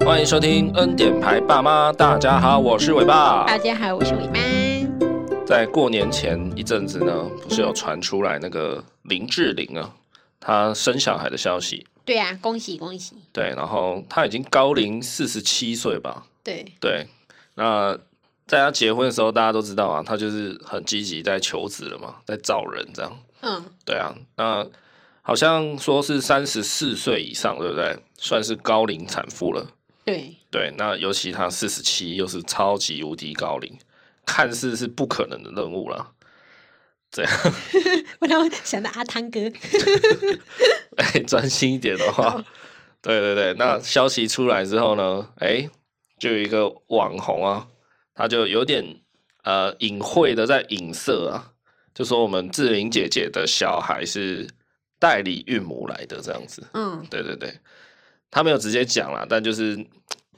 欢迎收听《恩典牌爸妈》，大家好，我是伟爸。大家好，我是伟妈。在过年前一阵子呢，不是有传出来那个林志玲啊，她生小孩的消息。对啊，恭喜恭喜。对，然后她已经高龄四十七岁吧？对，对，那在她结婚的时候，大家都知道啊，她就是很积极在求子了嘛，在造人这样。嗯，对啊，那好像说是三十四岁以上，对不对？算是高龄产妇了。对，对，那尤其他四十七又是超级无敌高龄，看似是不可能的任务啦。 我让我想到阿汤哥。哎，专心一点的话，对对对，那消息出来之后呢，哎，就有一个网红啊，他就有点呃隐晦的在影射啊，就说我们志玲姐姐的小孩是代理孕母来的这样子。嗯，对对对，他没有直接讲啦，但就是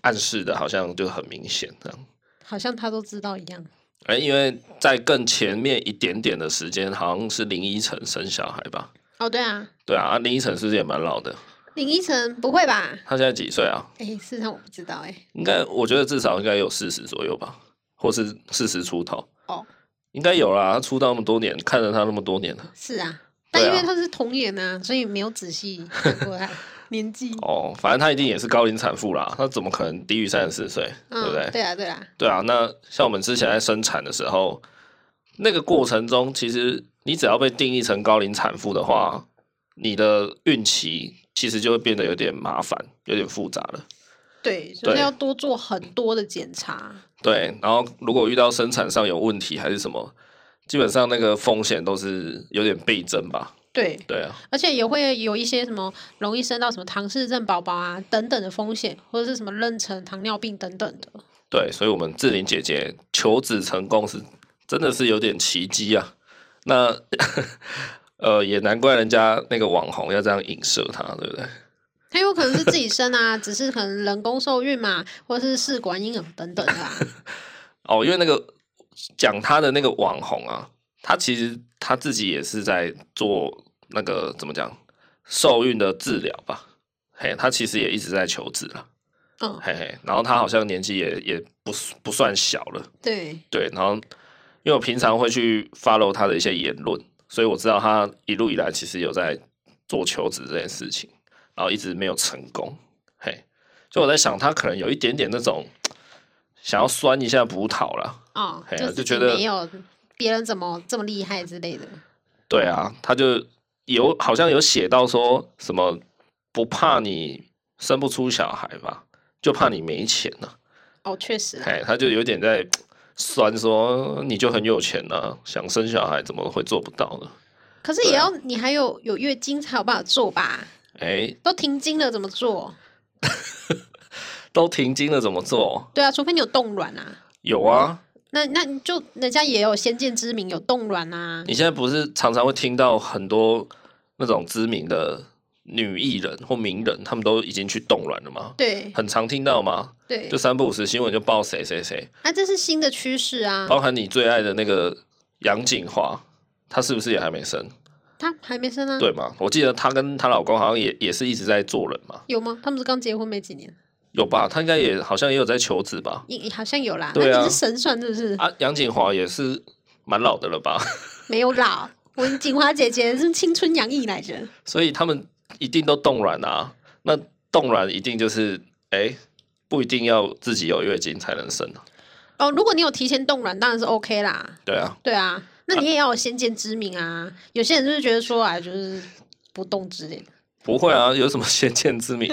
暗示的，好像就很明显这样。好像他都知道一样。哎、因为在更前面一点点的时间，好像是林依晨生小孩吧？哦，对啊，对啊，啊林依晨是不是也蛮老的？林依晨不会吧？她现在几岁啊？哎、事实上我不知道哎、应该我觉得至少应该有四十左右吧，或是四十出头，哦，应该有啦。她出道那么多年，看了她那么多年了。是啊，对但啊因为他是童颜啊，所以没有仔细看过 他年纪。哦，反正她一定也是高龄产妇啦，她怎么可能低于三十四岁？嗯，对不对？对啊，对啊，对啊，那像我们之前在生产的时候，那个过程中，其实你只要被定义成高龄产妇的话，你的孕期其实就会变得有点麻烦，有点复杂了。对，就是对要多做很多的检查。对，然后如果遇到生产上有问题还是什么，基本上那个风险都是有点倍增吧。对，对啊，而且也会有一些什么容易生到什么唐氏症宝宝啊等等的风险，或者是什么妊娠、糖尿病等等的。对，所以我们志玲姐姐求子成功是真的是有点奇迹啊。那 呃，也难怪人家那个网红要这样影射她，对不对？他有可能是自己生啊，只是可能人工受孕嘛，或是试管婴儿等等的啊。 哦，因为那个讲他的那个网红啊，他其实他自己也是在做那个怎么讲受孕的治疗吧。嘿，他其实也一直在求子了，嗯，嘿嘿。然后他好像年纪也也不是不算小了，对，对。然后因为我平常会去 follow 他的一些言论，所以我知道他一路以来其实有在做求子这件事情，然后一直没有成功。嘿，所以我在想，他可能有一点点那种想要酸一下葡萄啦。哦，嘿啊就就自觉己得没有别人怎么这么厉害之类的。对啊，他就有好像有写到说什么不怕你生不出小孩吧，就怕你没钱呐、哦，确实啊，哎，他就有点在酸说你就很有钱呐、想生小孩怎么会做不到呢？可是也啊要你还有有月经才有办法做吧？哎，都停经了怎么做？都停经了怎么做？对啊，除非你有冻卵啊。有啊，那那你就人家也有先见之明，有冻卵啊。你现在不是常常会听到很多那种知名的女艺人或名人，他们都已经去冻卵了吗？对很常听到吗？对就，三不五时新闻就报谁谁谁啊，这是新的趋势啊。包含你最爱的那个杨锦华，她是不是也还没生？她还没生啊？对吗？我记得她跟她老公好像也也是一直在做人嘛，有吗？他们是刚结婚没几年，有吧？她应该也好像也有在求子吧？也也好像有啦。对啊那你是神算是不是？啊，杨锦华也是蛮老的了吧？ 没有老，我们锦华姐姐是青春洋溢来着。所以他们一定都冻卵啊。那冻卵一定就是哎、不一定要自己有月经才能生啊。 哦，如果你有提前冻卵，当然是 OK 啦。对啊，对啊，那你也要有先见之明啊。有些人就是觉得说啊，就是不动之类的。不会啊，有什么 先见之明？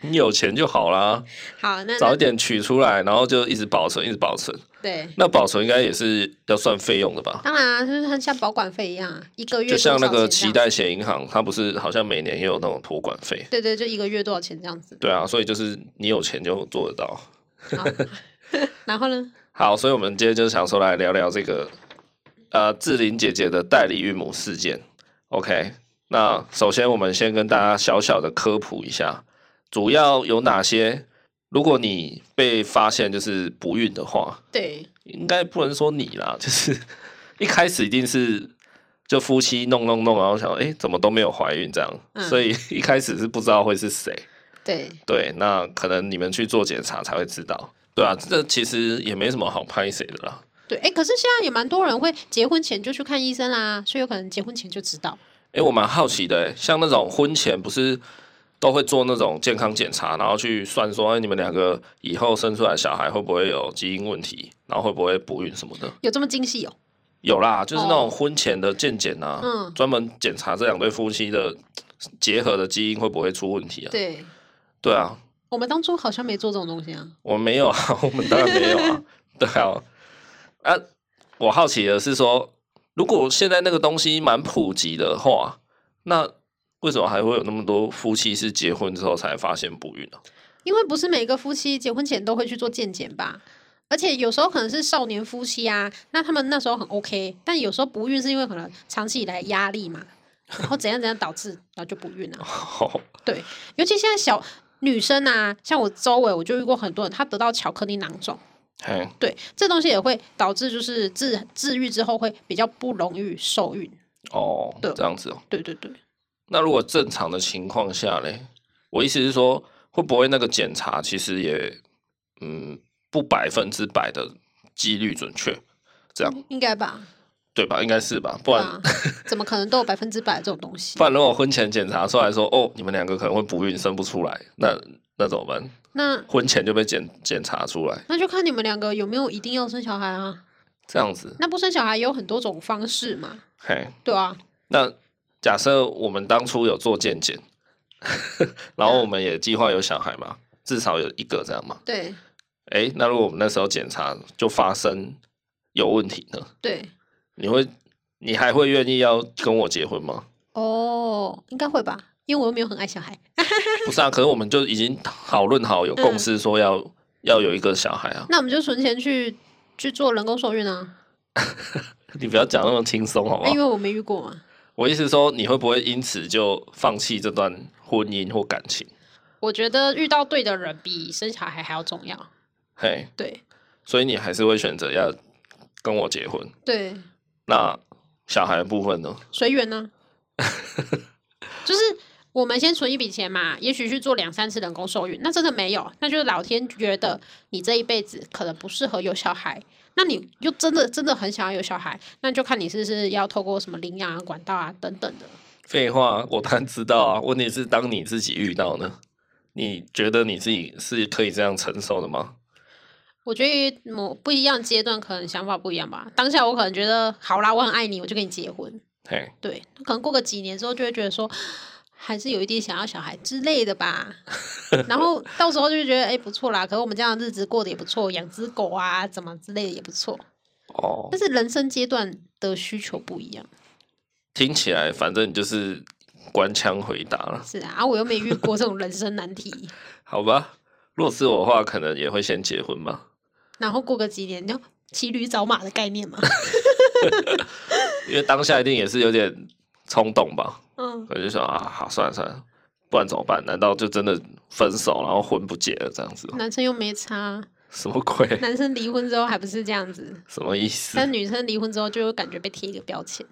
你有钱就好啦，好，那早一那点取出来，然后就一直保存，一直保存。对，那保存应该也是要算费用的吧？当然、啊、就是它像保管费一样啊，一个月就像那多少个钱这期样。待险银行，它不是好像每年也有那种托管费？对对，就一个月多少钱这样子。对啊，所以就是你有钱就做得到。好，然后呢？好，所以我们今天就想说来聊聊这个呃志玲姐姐的代理孕母事件。OK，那首先我们先跟大家小小的科普一下，主要有哪些？如果你被发现就是不孕的话，对应该不能说你啦，就是 一开始一定是就夫妻弄弄弄，然后想哎、诶怎么都没有怀孕这样，嗯所以一开始是不知道会是谁。对，对，那可能你们去做检查才会知道。对啊，这其实也没什么好拍谁的啦。对，哎，可是现在也蛮多人会结婚前就去看医生啦，所以有可能结婚前就知道。诶，我蛮好奇的、诶像那种婚前不是都会做那种健康检查，然后去算说，诶你们两个以后生出来小孩会不会有基因问题，然后会不会不孕什么的？有这么精细哦？有啦，就是那哦种婚前的健检啊，嗯专门检查这两对夫妻的结合的基因会不会出问题啊？对，对啊，我们当初好像没做这种东西啊。我们没有啊， 我们当然没有 啊，对啊，啊，我好奇的是说，如果现在那个东西蛮普及的话，那为什么还会有那么多夫妻是结婚之后才发现不孕呢、因为不是每个夫妻结婚前都会去做健检吧？而且有时候可能是少年夫妻啊，那他们那时候很 OK，但有时候不孕是因为可能长期以来压力嘛，然后怎样怎样导致，然后就不孕了、啊 哦，对，尤其现在小女生啊，像我周围我就遇过很多人，她得到巧克力囊肿，嘿，对，这东西也会导致就是治治愈之后会比较不容易受孕。哦对，这样子哦。对对对，那如果正常的情况下嘞，我意思是说，会不会那个检查其实也，嗯，不百分之百的几率准确，这样应该吧？对吧？应该是吧，啊不嗯对然啊，怎么可能都有百分之百这种东西不？然如果婚前检查出来说，哦，你们两个可能会不孕生不出来，那那怎么办？那婚前就被检检查出来，那就看你们两个有没有一定要生小孩啊。这样子，那不生小孩也有很多种方式嘛，嘿，对啊，那假设我们当初有做健检， 然啊后我们也计划有小孩嘛，至少有一个这样嘛，对诶，那如果我们那时候检查就发生有问题呢，对，你会，你还会愿意要跟我结婚吗？哦，应该会吧，因为我又没有很爱小孩。不是啊，可是我们就已经讨论好有共识说要、要有一个小孩啊，那我们就存钱去去做人工受孕啊，你不要讲那么轻松好不那好因？为我没遇过嘛，我意思说，你会不会因此就放弃这段婚姻或感情？我觉得遇到对的人比生小孩还要重要。嘿，对所以你还是会选择要跟我结婚。对，那小孩的部分呢？随缘呢，就是。我们先存一笔钱嘛，也许去做两三次人工受孕，那真的没有，那就是老天觉得你这一辈子可能不适合有小孩，那你又真的真的很想要有小孩，那就看你是不是要透过什么领养啊、管道啊等等的。废话，我当然知道啊。问题是，当你自己遇到呢，你觉得你自己是可以这样承受的吗？我觉得某不一样阶段可能想法不一样吧。当下我可能觉得好啦，我很爱你，我就跟你结婚。嘿，对，可能过个几年之后就会觉得说，还是有一点想要小孩之类的 吧。然后到时候就会觉得哎、不错啦，可是我们这样的日子过得也不错，养只狗啊怎么之类的也不错。哦，但是人生阶段的需求不一样，听起来反正你就是官腔回答了，是啊，啊我又没遇过这种人生难题。好吧？如果是我的话，可能也会先结婚吧。然后过个几年，就骑驴找马的概念嘛。因为当下一定也是有点冲动吧。嗯，我就想啊，好，算了算了，不然怎么办？难道就真的分手，然后婚不结了这样子吗？男生又没差，什么鬼？男生离婚之后还不是这样子。什么意思？但女生离婚之后就会感觉被贴一个标签，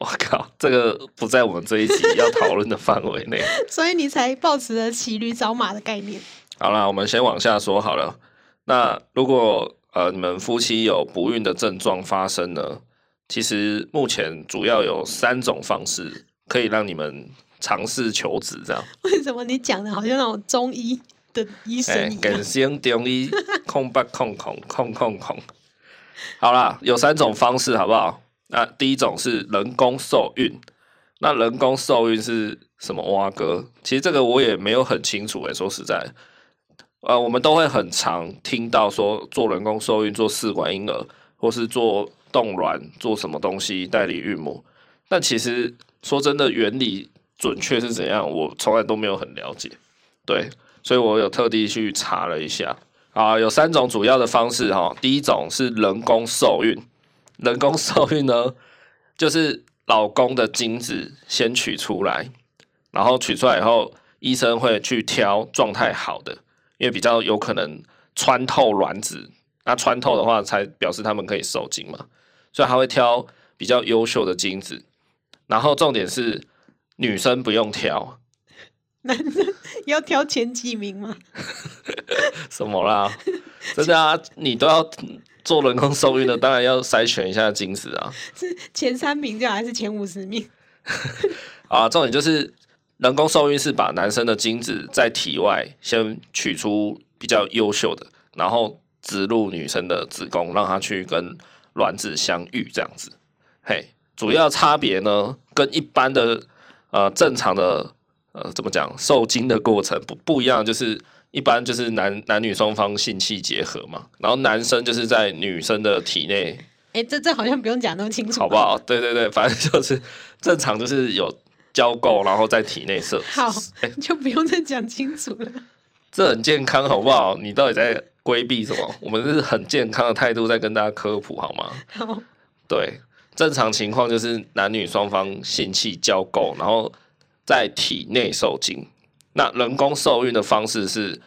我靠，这个不在我们这一集要讨论的范围内。 所以你才抱持了骑驴找马的概念。好啦，我们先往下说好了。那如果呃你们夫妻有不孕的症状发生呢，其实目前主要有三种方式可以让你们尝试求子这样。 为什么你讲的好像那种中医的医哎生一，样跟？先中医空八空空空空空。好啦，有三种方式，好不好？那第一种是人工受孕，那人工受孕是什么蛙哥？其实这个我也没有很清楚诶、欸说实在，呃，我们都会很常听到说做人工受孕、做试管婴儿，或是做冻卵、做什么东西代理孕母。但其实说真的，原理准确是怎样，我从来都没有很了解。对，所以我有特地去查了一下啊，有三种主要的方式哈、第一种是人工受孕，人工受孕呢，就是老公的精子先取出来，然后取出来以后，医生会去挑状态好的，因为比较有可能穿透卵子。那穿透的话，才表示他们可以受精嘛，所以他会挑比较优秀的精子。然后重点是女生不用挑，男生要挑前几名吗？ 什么啦？真的啊，你都要做人工受孕的，当然要筛选一下精子啊。是前三名就好还是前五十名？啊，重点就是人工受孕是把男生的精子在体外先取出比较优秀的，然后植入女生的子宫，让它去跟卵子相遇，这样子。嘿，主要差别呢，跟一般的呃正常的呃怎么讲受精的过程不不一样，就是一般就是男男女双方性器结合嘛，然后男生就是在女生的体内哎、这这好像不用讲那么 清楚，好不？好？对对对，反正就是正常，就是有交媾，然后在体内射，好，就不用再讲清楚了。 这很健康，好不好？你到底在规避什么？我们是很健康的态度在跟大家科普，好吗？好，对，正常情况就是男女双方性器交媾，然后在体内受精。那人工受孕的方式是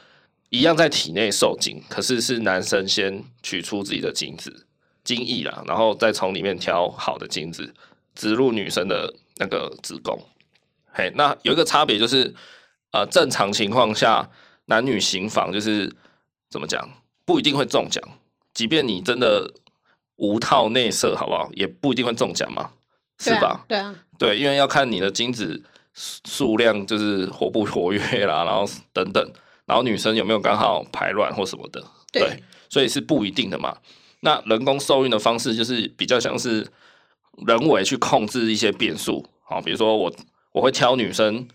一样在体内受精，可是是男生先取出自己的精子、精液啦，然后再从里面挑好的精子植入女生的那个子宫。嘿，那有一个差别就是，呃，正常情况下男女行房就是怎么讲，不一定会中奖，即便你真的无套内射，好不好，也不一定会中奖嘛，是对啊吧？对啊，对，因为要看你的精子数数量，就是活不活跃啦，然后等等，然后女生有没有刚好排卵或什么的，对啊所以是不一定的嘛。那人工受孕的方式就是比较像是人为去控制一些变数，好，比如说我我会挑女生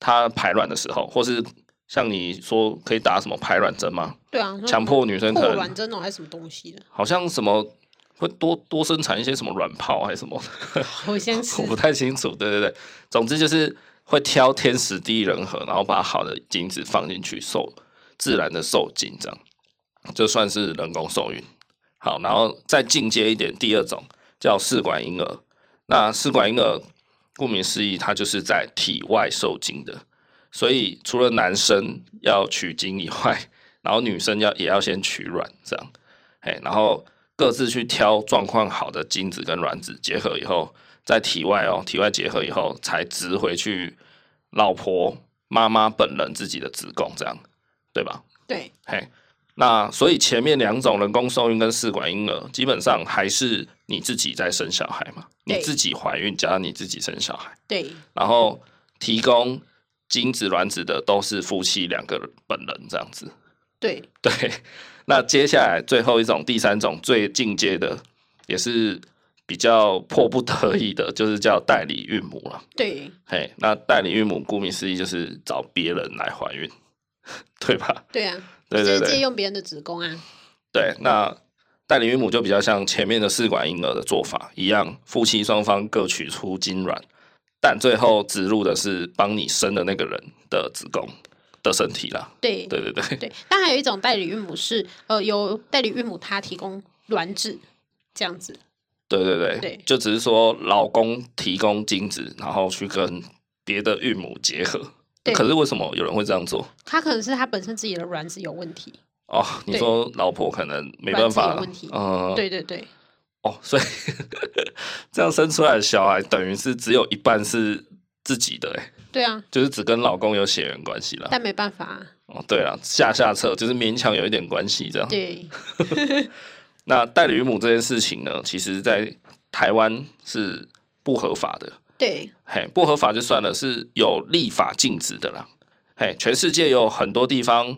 她排卵的时候，或是像你说可以打什么排卵针吗？对啊，强迫女生可破能卵针哦，还是什么东西的， 好像什么会多多生产一些什么卵泡还是什么的好像 是我不太清楚，对对对，总之就是会挑天时地利人和，然后把好的精子放进去受自然的受精，这样就算是人工受孕。好，然后再进阶一点，第二种叫试管婴儿。那试管婴儿顾名思义，它就是在体外受精的，所以除了男生要取精以外，然后女生要也要先取卵，这样，哎，然后各自去挑状况好的精子跟卵子结合以后，在体外哦，体外结合以后才植回去老婆妈妈本人自己的子宫，这样对吧？对，嘿，那所以前面两种人工受孕跟试管婴儿，基本上还是你自己在生小孩嘛，你对自己怀孕加上你自己生小孩，对，然后提供精子卵子的都是夫妻两个本人这样子。对， 对，那接下来最后一种、第三种最进阶的，也是比较迫不得已的，就是叫代理孕母了。对，嘿，那代理孕母顾名思义就是找别人来怀孕， 对吧？对啊，对就对是借对用别人的子宫啊，对，那代理孕母就比较像前面的试管婴儿的做法一样，夫妻双方各取出精卵，但最后植入的是帮你生的那个人的子宫的身体啦。对，对对对，对，但还有一种代理孕母是，呃，由代理孕母她提供卵子这样子。对对对，对就只是说老公提供精子，然后去跟别的孕母结合。对可是为什么有人会这样做？她可能是她本身自己的卵子有问题。哦，你对说老婆可能没办法，卵子有问题嗯，对对对，哦，所以 这样生出来的小孩等于是只有一半是自己的，哎，对啊，就是只跟老公有血缘关系啦。但没办法、啊，哦，对了，下下策就是勉强有一点关系这样。对那代理孕母这件事情呢，其实在台湾是不合法的，对嘿，不合法就算了，是有立法禁止的啦。嘿，全世界有很多地方，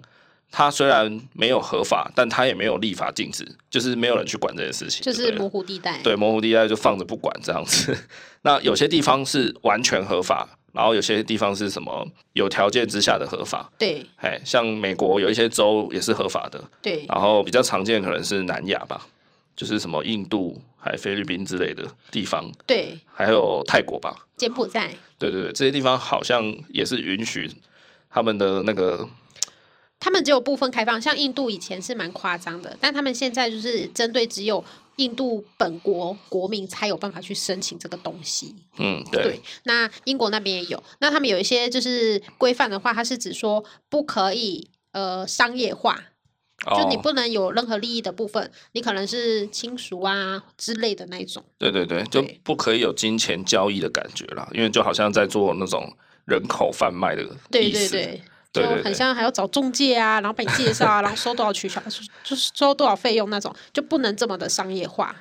它虽然没有合法，但它也没有立法禁止，就是没有人去管这件事情，就是对了模糊地带。对模糊地带就放着不管这样子。 那有些地方是完全合法，然后有些地方是什么有条件之下的合法。对嘿，像美国有一些州也是合法的，对然后比较常见可能是南亚吧，就是什么印度、还菲律宾之类的地方，对，还有泰国吧。柬埔寨对对对，这些地方好像也是允许他们的那个，他们只有部分开放，像印度以前是蛮夸张的，但他们现在就是针对只有印度本国国民才有办法去申请这个东西。嗯，对，对，那英国那边也有，那他们有一些就是规范的话，它是指说不可以呃商业化，就你哦，不能有任何利益的部分，你可能是亲属啊之类的那一种。对对对，就对不可以有金钱交易的感觉啦，因为就好像在做那种人口贩卖的对意对思。对，就对对很对像还要找中介啊，然后把你介绍啊，然后收多少取消，就是收多少费用那种，就不能这么的商业化。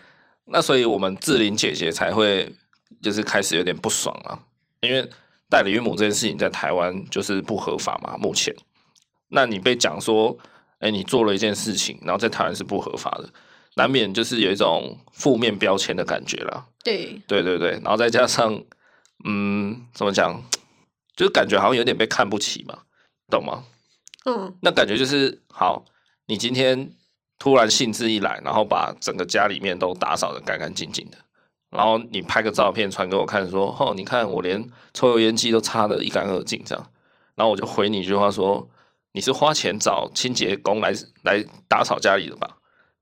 那所以我们志玲姐姐才会就是开始有点不爽啊，因为代理孕母这件事情在台湾就是不合法嘛，目前。那你被讲说，哎、你做了一件事情，然后在台湾是不合法的，难免就是有一种负面标签的感觉啦。对，对对对，然后再加上，嗯，怎么讲，就感觉好像有点被看不起嘛，懂吗？嗯，那感觉就是好，你今天突然兴致一来，然后把整个家里面都打扫的干干净净的，然后你拍个照片传给我看说，哦，你看我连抽油烟机都擦得一干二净这样，然后我就回你一句话说，你是花钱找清洁工来来打扫家里的吧？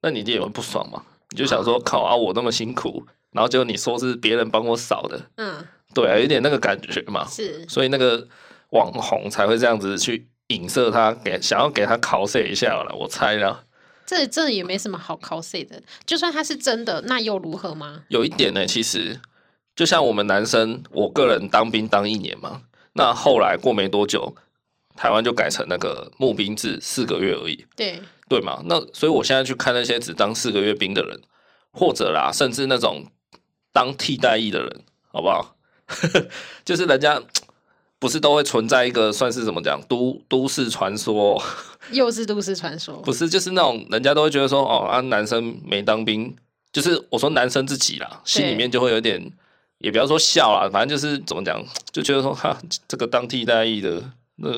那你一定也会不爽嘛？你就想说，靠啊，我那么辛苦，然后结果你说是别人帮我扫的，嗯，对、啊，有点那个感觉嘛。是，所以那个网红才会这样子去影射他，给想要给他 cos 一下了，我猜啦，这这也没什么好 cos 的，就算它是真的，那又如何吗？有一点呢、其实就像我们男生，我个人当兵当一年嘛，那后来过没多久，台湾就改成那个募兵制，四个月而已，对，对嘛？那所以我现在去看那些只当四个月兵的人，或者啦，甚至那种当替代役的人，好不好？ 就是人家不是都会存在一个算是怎么讲都都市传说、又是都市传说不。是，就是那种人家都会觉得说，哦啊，男生没当兵，就是我说男生自己啦，心里面就会有点，也不要说笑啦，反正就是怎么讲，就觉得说哈，这个当替代役的那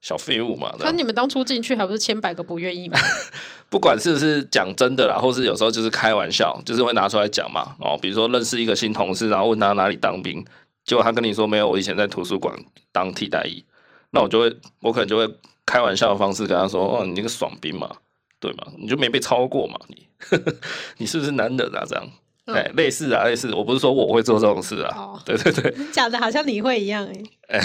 小废物嘛，这可样你们当初进去还不是千百个不愿意吗？ 不管是不是讲真的啦，或是有时候就是开玩笑，就是会拿出来讲嘛。哦，比如说认识一个新同事，然后问他哪里当兵，结果他跟你说没有，我以前在图书馆当替代役，那我就会，我可能就会开玩笑的方式跟他说，哦，你那个爽兵嘛，对嘛，你就没被超过嘛，你 你是不是男人啊？这样，嗯哎、类似啊，类似，我不是说我会做这种事啊，哦， 对对对，你讲的好像你会一样哎、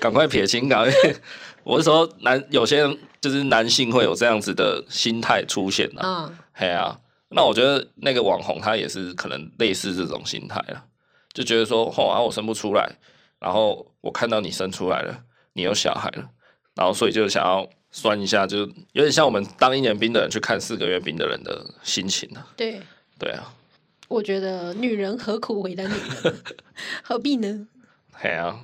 赶快撇清，赶快。 我是说男，有些人就是男性会有这样子的心态出现啊。嗯，嘿啊，那我觉得那个网红他也是可能类似这种心态了，就觉得说，吼啊，我生不出来，然后我看到你生出来了，你有小孩了，然后所以就想要酸一下，就是有点像我们当一年兵的人去看四个月兵的人的心情啊。对，对啊，我觉得女人何苦为难女 人，何必呢？嘿啊，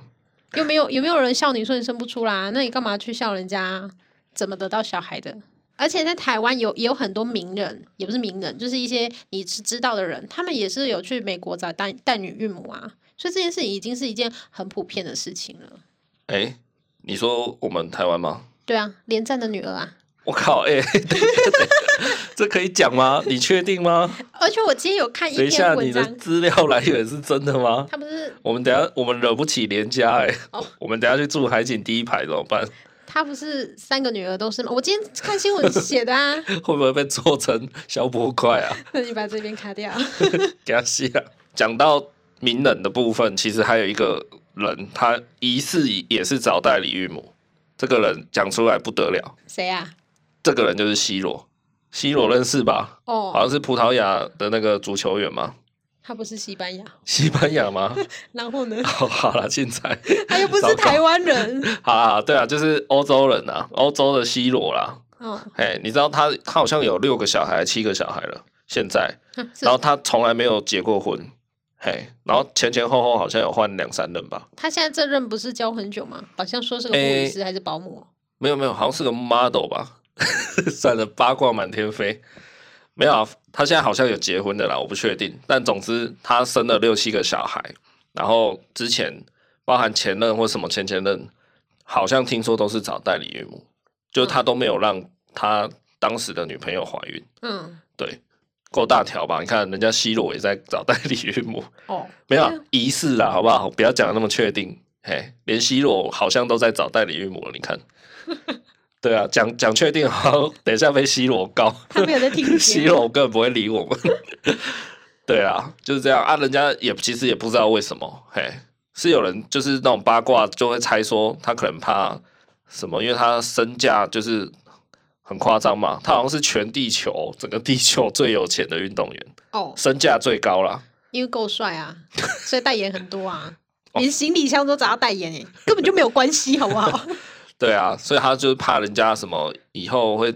又没有有没有人笑你说你生不出啦？那你干嘛去笑人家啊怎么得到小孩的？而且在台湾有也有很多名人，也不是名人，就是一些你知知道的人，他们也是有去美国找代代女孕母啊，所以这件事情已经是一件很普遍的事情了。哎、你说我们台湾吗？对啊，连战的女儿啊，我靠，哎、 这可以讲吗？你确定吗？而且我今天有看等一一下，篇你文的章，资料来源是真的吗？他不是我们等下我们惹不起连家哎、哦我们等下去住海景第一排怎么办？ 他不是三个女儿都是吗？我今天看新闻写的啊， 会不会被做成消波块啊？ 那你把这边卡掉。给他吸啊！讲到名人的部分，其实还有一个人，他疑似也是找代理孕母，这个人讲出来不得了，谁啊？这个人就是 C 罗，C 罗认识吧？好哦，像是葡萄牙的那个足球员吗？他不是西班牙，西班牙吗？ 然后呢，好好啦，现在 他又不是台湾人。好啦好啦对啊，就是欧洲人啊，欧洲的 C 罗啦，哦， 哎，你知道他他好像有六个小孩，七个小孩了，现在，啊是然后他从来没有结过婚，嘿，然后前前后后好像有换两三任吧，他现在这任不是教很久吗？好像说是个护理诶师还是保姆哦。没有没有，好像是个 model 吧， 算了，八卦满天飞，没有、啊，他现在好像有结婚的啦，我不确定，但总之他生了六七个小孩，然后之前包含前任或什么前前任，好像听说都是找代理孕母，就是他都没有让他当时的女朋友怀孕。嗯，对，够大条吧？你看人家 C 罗也在找代理孕 母，哦，没有啊疑似啦，好不好？不要讲的那么确定，嘿，连 C 罗好像都在找代理孕母了，你 看。对啊，讲讲确定好， 等一下被 C 罗告他没有在听 你，C 节目。罗根本不会理我们。对啊，就是这样啊，人家也其实也不知道为什么，嘿，是有人就是那种八卦就会猜说他可能怕什么，因为他身价就是很夸张嘛，他好像是全地球整个地球最有钱的运动员，哦，身价最高啦。 因为够帅啊，所以代言很多啊。哦连行李箱都找他代言哎、根本就没有关系，好 不好？对啊，所以他就是怕人家什么以后会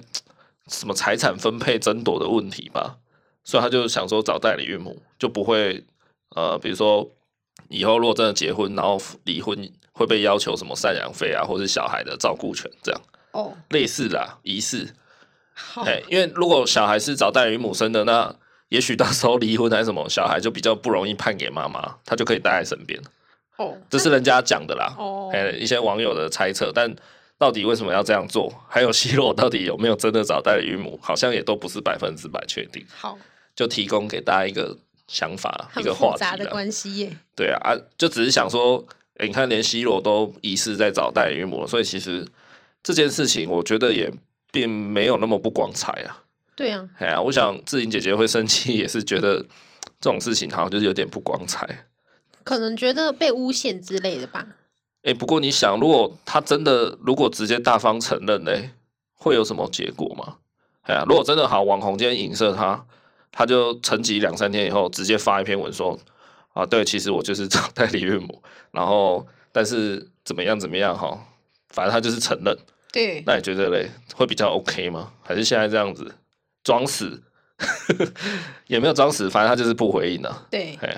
什么财产分配争夺的问题吧，所以他就想说找代理孕母，就不会呃，比如说以后如果真的结婚，然后离婚会被要求什么赡养费啊，或是小孩的照顾权这样哦，类似啦，疑似。好，哎、因为如果小孩是找代理母生的，那也许到时候离婚还是什么，小孩就比较不容易判给妈妈，他就可以带在身边。哦，这是人家讲的啦，哦哎、一些网友的猜测，但到底为什么要这样做？还有希洛到底有没有真的找代理孕母，好像也都不是百分之百确定，好，就提供给大家一个想法，一很个复话杂题的啦。关系耶、对啊，啊，就只是想说，哎你看连希洛都疑似在找代理孕母了，所以其实这件事情，我觉得也并没有那么不光彩啊。对啊，哎呀，我想志玲姐姐会生气，也是觉得这种事情好像就是有点不光彩。可能觉得被诬陷之类的吧。哎、不过你想，如果他真的如果直接大方承认嘞，会有什么结果吗？哎呀，如果真的好，网红今天影射他，他就沉寂两三天以后，直接发一篇文说啊，对，其实我就是找代理孕母，然后但是怎么样怎么样哈，反正他就是承认。对，那你觉得嘞，会比较 OK 吗？还是现在这样子装死？ 也没有装死，反正他就是不回应啊。对，哎，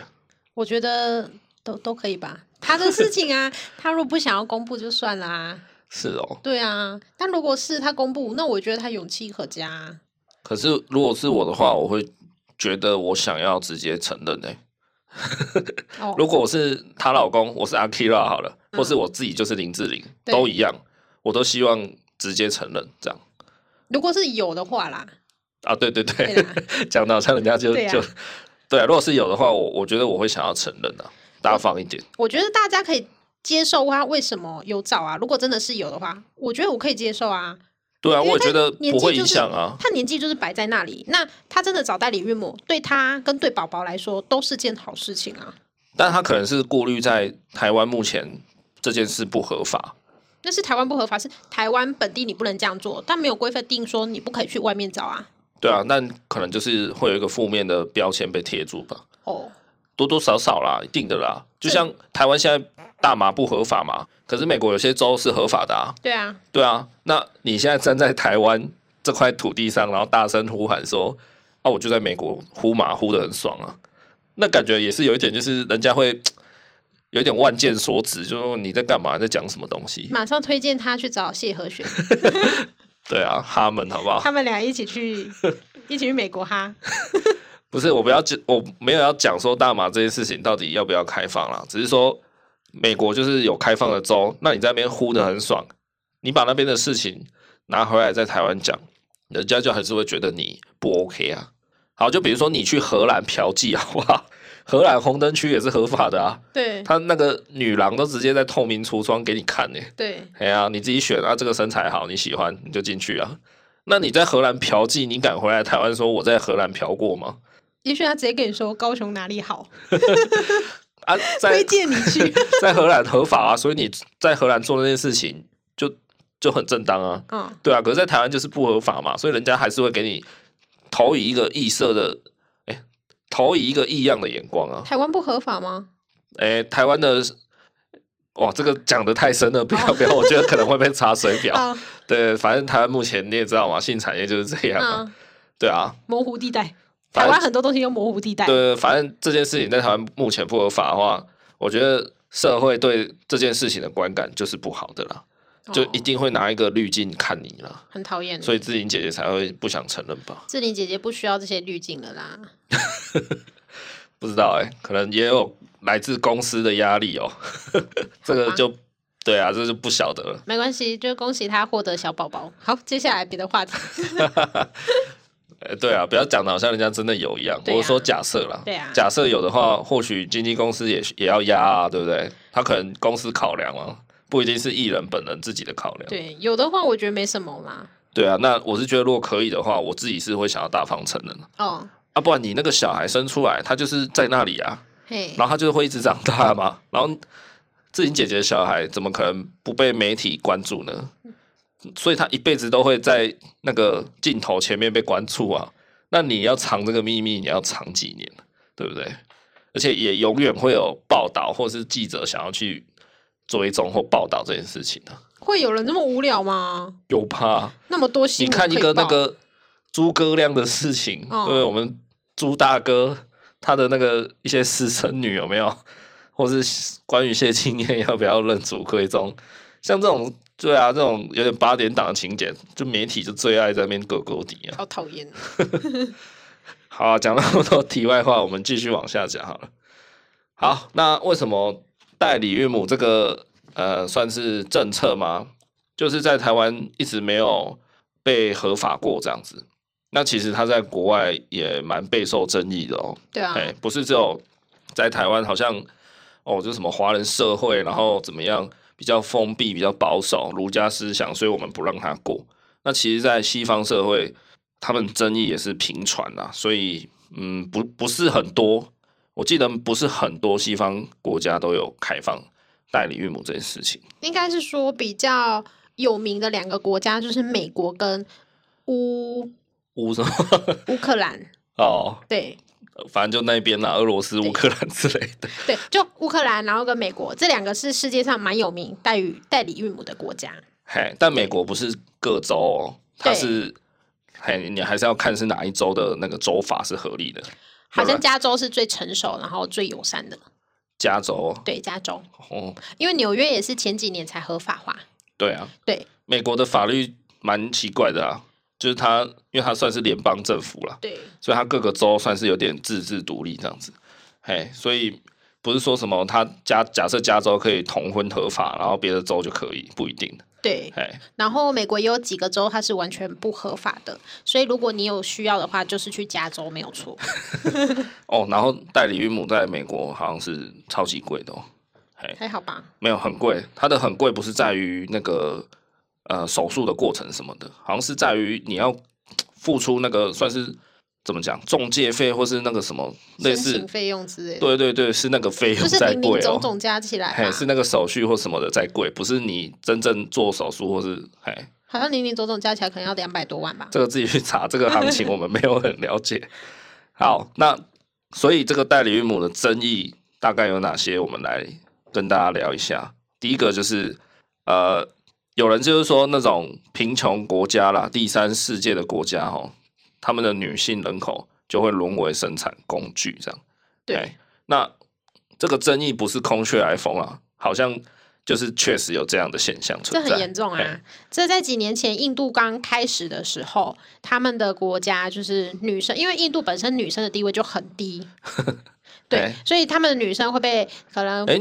我觉得都都可以吧。他的事情 啊，他如果不想要公布就算啦、是哦。对啊，但如果是他公布，那我觉得他勇气可嘉啊。可是如果是我的嗯话，我会觉得我想要直接承认呢、哦，如果我是她老公，我是阿 Kira 好了，嗯或是我自己就是林志玲，对都一样，我都希望直接承认这样。如果是有的话啦，啊，对对对对啦， 讲到像人家就对啊就对啊，如果是有的话，我我觉得我会想要承认的、啊，大方一点。我觉得大家可以接受他为什么有找啊。如果真的是有的话，我觉得我可以接受啊。对啊，因为我也觉得他年纪不会就影是响啊。他年纪就是摆在那里，那他真的找代理孕母，对他跟对宝宝来说都是件好事情啊。但他可能是顾虑在台湾目前这件事不合法，那是台湾不合法，是台湾本地你不能这样做，但没有规范定说你不可以去外面找啊。对啊，但可能就是会有一个负面的标签被贴住吧，哦，多多少少啦，一定的啦。就对像台湾现在大麻不合法嘛，可是美国有些州是合法的啊，对啊，对啊。那你现在站在台湾这块土地上，然后大声呼喊说：“啊，我就在美国呼麻呼的很爽啊！”那感觉也是有一点，就是人家会有一点万箭所指，就是说你在干嘛，你在讲什么东西？马上推荐他去找谢和弦，对啊，哈们好不好？他们俩一起去，一起去美国哈。不是，我不要讲，我没有要讲说大麻这件事情到底要不要开放啦，只是说美国就是有开放的州，那你在那边呼的很爽，你把那边的事情拿回来在台湾讲，人家就还是会觉得你不 OK 啊。好，就比如说你去荷兰嫖妓好不好？荷兰红灯区也是合法的啊， 对他那个女郎都直接在透明橱窗给你看呢、对，哎呀、你自己选啊，这个身材好，你喜欢你就进去啊。那你在荷兰嫖妓，你敢回来台湾说我在荷兰嫖过吗？也许他直接跟你说高雄哪里好，啊，推在荐你 去。在荷兰合法啊，所以你在荷兰做那件事情就就很正当啊，嗯，对啊。可是，在台湾就是不合法嘛，所以人家还是会给你投以一个异色的，哎、投以一个异样的眼光啊。台湾不合法吗？哎、台湾的，哇，这个讲的太深了，不要不要，我觉得可能会被查水表。啊对，反正台湾目前你也知道嘛，性产业就是这样啊，嗯，对啊。模糊地带，反台正湾很多东西都模糊地带。对，反正这件事情在台湾目前不合法的话，我觉得社会对这件事情的观感就是不好的啦，就哦嗯一定会拿一个滤镜看你啦，很讨厌。所以志玲姐姐才会不想承认吧？志玲姐姐不需要这些滤镜了啦。不知道哎、可能也有来自公司的压力哦、 这个就对啊，这就不晓得了。没关系，就恭喜她获得小宝宝。好，接下来别的 话题。哎，对啊，不要讲的好像人家真的有一样，嗯对啊我是说假设啦，对啊假设有的话，或许经纪公司也也要压啊，对不对？他可能公司考量啊，不一定是艺人本人自己的考量。对，有的话我觉得没什么啦。对啊，那我是觉得如果可以的话，我自己是会想要大方承认的哦，啊，不然你那个小孩生出来，他就是在那里啊，嘿，然后他就是会一直长大嘛，然后志玲姐姐的小孩怎么可能不被媒体关注呢？所以他一辈子都会在那个镜头前面被关注啊。那你要藏这个秘密，你要藏几年，对不对？而且也永远会有报道或是记者想要去追踪或报道这件事情的、会有人那么无聊吗？有怕？那么多新你闻看一可以个那报个诸葛亮的事情，哦对我们朱大哥他的那个一些私生女有没有， 或是关于谢青燕要不要认祖归宗，像这种对啊，这种有点八点档的情节，就媒体就最爱在那边勾勾底啊。好讨厌，好啊讲那么多题外话，我们继续往下讲好了。好，那为什么代理孕母这个呃算是政策吗？就是在台湾一直没有被合法过这样子。那其实它在国外也蛮备受争议的哦。对啊，哎、不是只有在台湾，好像哦，就什么华人社会，然后怎么样比较封闭、比较保守，儒家思想，所以我们不让他过。那其实，在西方社会，他们争议也是频传啦，所以嗯，不不是很多，我记得不是很多西方国家都有开放代理孕母这件事情。应该是说比较有名的两个国家就是美国跟乌乌什么？乌克兰， 哦，对反正就那边啦，俄罗斯、乌克兰之类的。对，就乌克兰，然后跟美国这两个是世界上蛮有名代孕代理孕母的国家，嘿，但美国不是各州哦，它对是，嘿，你还是要看是哪一州的那个州法是合理的。好对像吧加州是最成熟然后最友善的，加州，对加州，哦，因为纽约也是前几年才合法化，对啊，对美国的法律蛮奇怪的啊，就是它，因为它算是联邦政府啦，对所以它各个州算是有点自治独立这样子。嘿，所以不是说什么它加假设加州可以同婚合法，然后别的州就可以，不一定。对，嘿，然后美国也有几个州它是完全不合法的，所以如果你有需要的话，就是去加州没有 错。哦，然后代理孕母在美国好像是超级贵的哦。还好吧？没有很嗯贵，它的很贵不是在于那个呃手术的过程什么的，好像是在于你要付出那个算是怎么讲中介费或是那个什么类申似请，费用之类的，对对对，是那个费用就是在零贵零哦总、总加起来嘿，吧，是那个手续或什么的在贵，不是你真正做手术或是嘿，好像零零总总加起来可能要两百多万吧。这个自己去查，这个行情我们没有很了解。好，那所以这个代理孕母的争议大概有哪些？我们来跟大家聊一下。第一个就是，呃，有人就是说那种贫穷国家啦、第三世界的国家哦，他们的女性人口就会沦为生产工具这样。对哎，那这个争议不是空穴来风啊，好像就是确实有这样的现象这存在。很严重啊哎！这在几年前印度刚开始的时候，他们的国家就是女生，因为印度本身女生的地位就很低，对哎，所以他们的女生会被可能哎、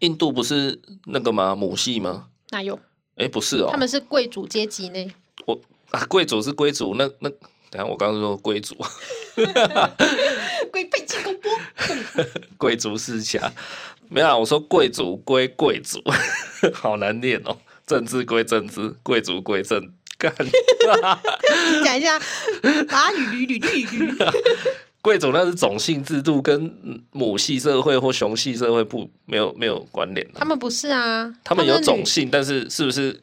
印度不是那个吗？母系吗？哪有？哎、不是哦，他们是贵族阶级呢。我啊贵族是贵族，那那等一下我刚刚说贵族， 贵妃进宫波，贵族世家，没有、啊，我说贵族归贵族， 好难念哦，政治归政治，贵族归政，干你讲一下，啊，捋捋捋捋捋捋，贵族那是种姓制度，跟母系社会或雄系社会不没有没有关联、他啊、们不是啊，他们有女种姓，但是是不是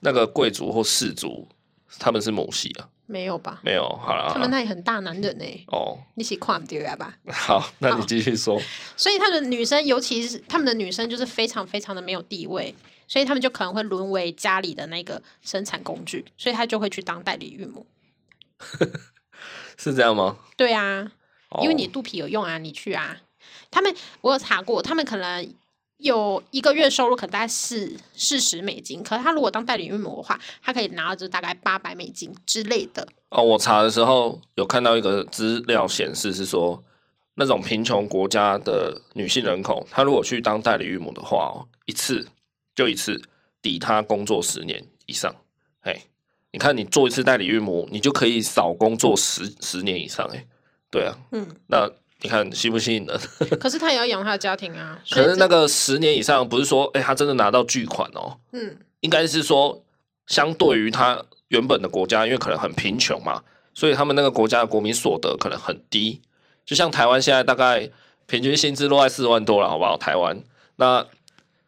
那个贵族或氏族，他们是母系啊？没有吧？没有，好了，好他们啦那里哦很大男人呢，哦，你是看不对啊吧？好，那你继续说，所以他们的女生，尤其是他们的女生，就是非常非常的没有地位，所以他们就可能会沦为家里的那个生产工具，所以他就会去当代理孕母。是这样吗？对啊，哦因为你肚皮有用啊，你去啊。他们我有查过，他们可能有一个月收入可能大概四四十美金，可是他如果当代理孕母的话，他可以拿到就大概八百美金之类的。哦，我查的时候有看到一个资料显示是说，那种贫穷国家的女性人口，她如果去当代理孕母的话、哦，一次就一次，抵她工作十年以上。哎，你看你做一次代理孕母，你就可以少工作十十年以上。哎，对啊， 嗯，那你看吸不吸引人？可是他也要养他的家庭啊。所可以是这那个十年以上，不是说哎、她真的拿到巨款哦，嗯，应该是说，相对于他原本的国家，因为可能很贫穷嘛，所以他们那个国家的国民所得可能很低。就像台湾现在大概平均薪资落在四万多了，好不好？台湾那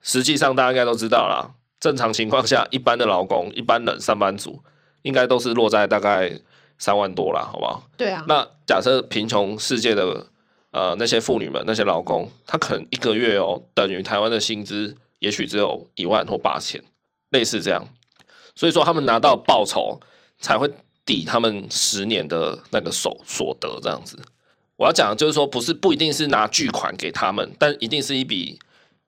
实际上大家应该都知道啦，正常情况下，一般的劳工、一般人、上班族应该都是落在大概三万多啦，好不好？对啊，那假设贫穷世界的呃那些妇女们、那些劳工，他可能一个月哦，等于台湾的薪资也许只有一万或八千，类似这样。所以说他们拿到报酬才会抵他们十年的那个所所得这样子。我要讲的就是说，不是不一定是拿巨款给他们，但一定是一笔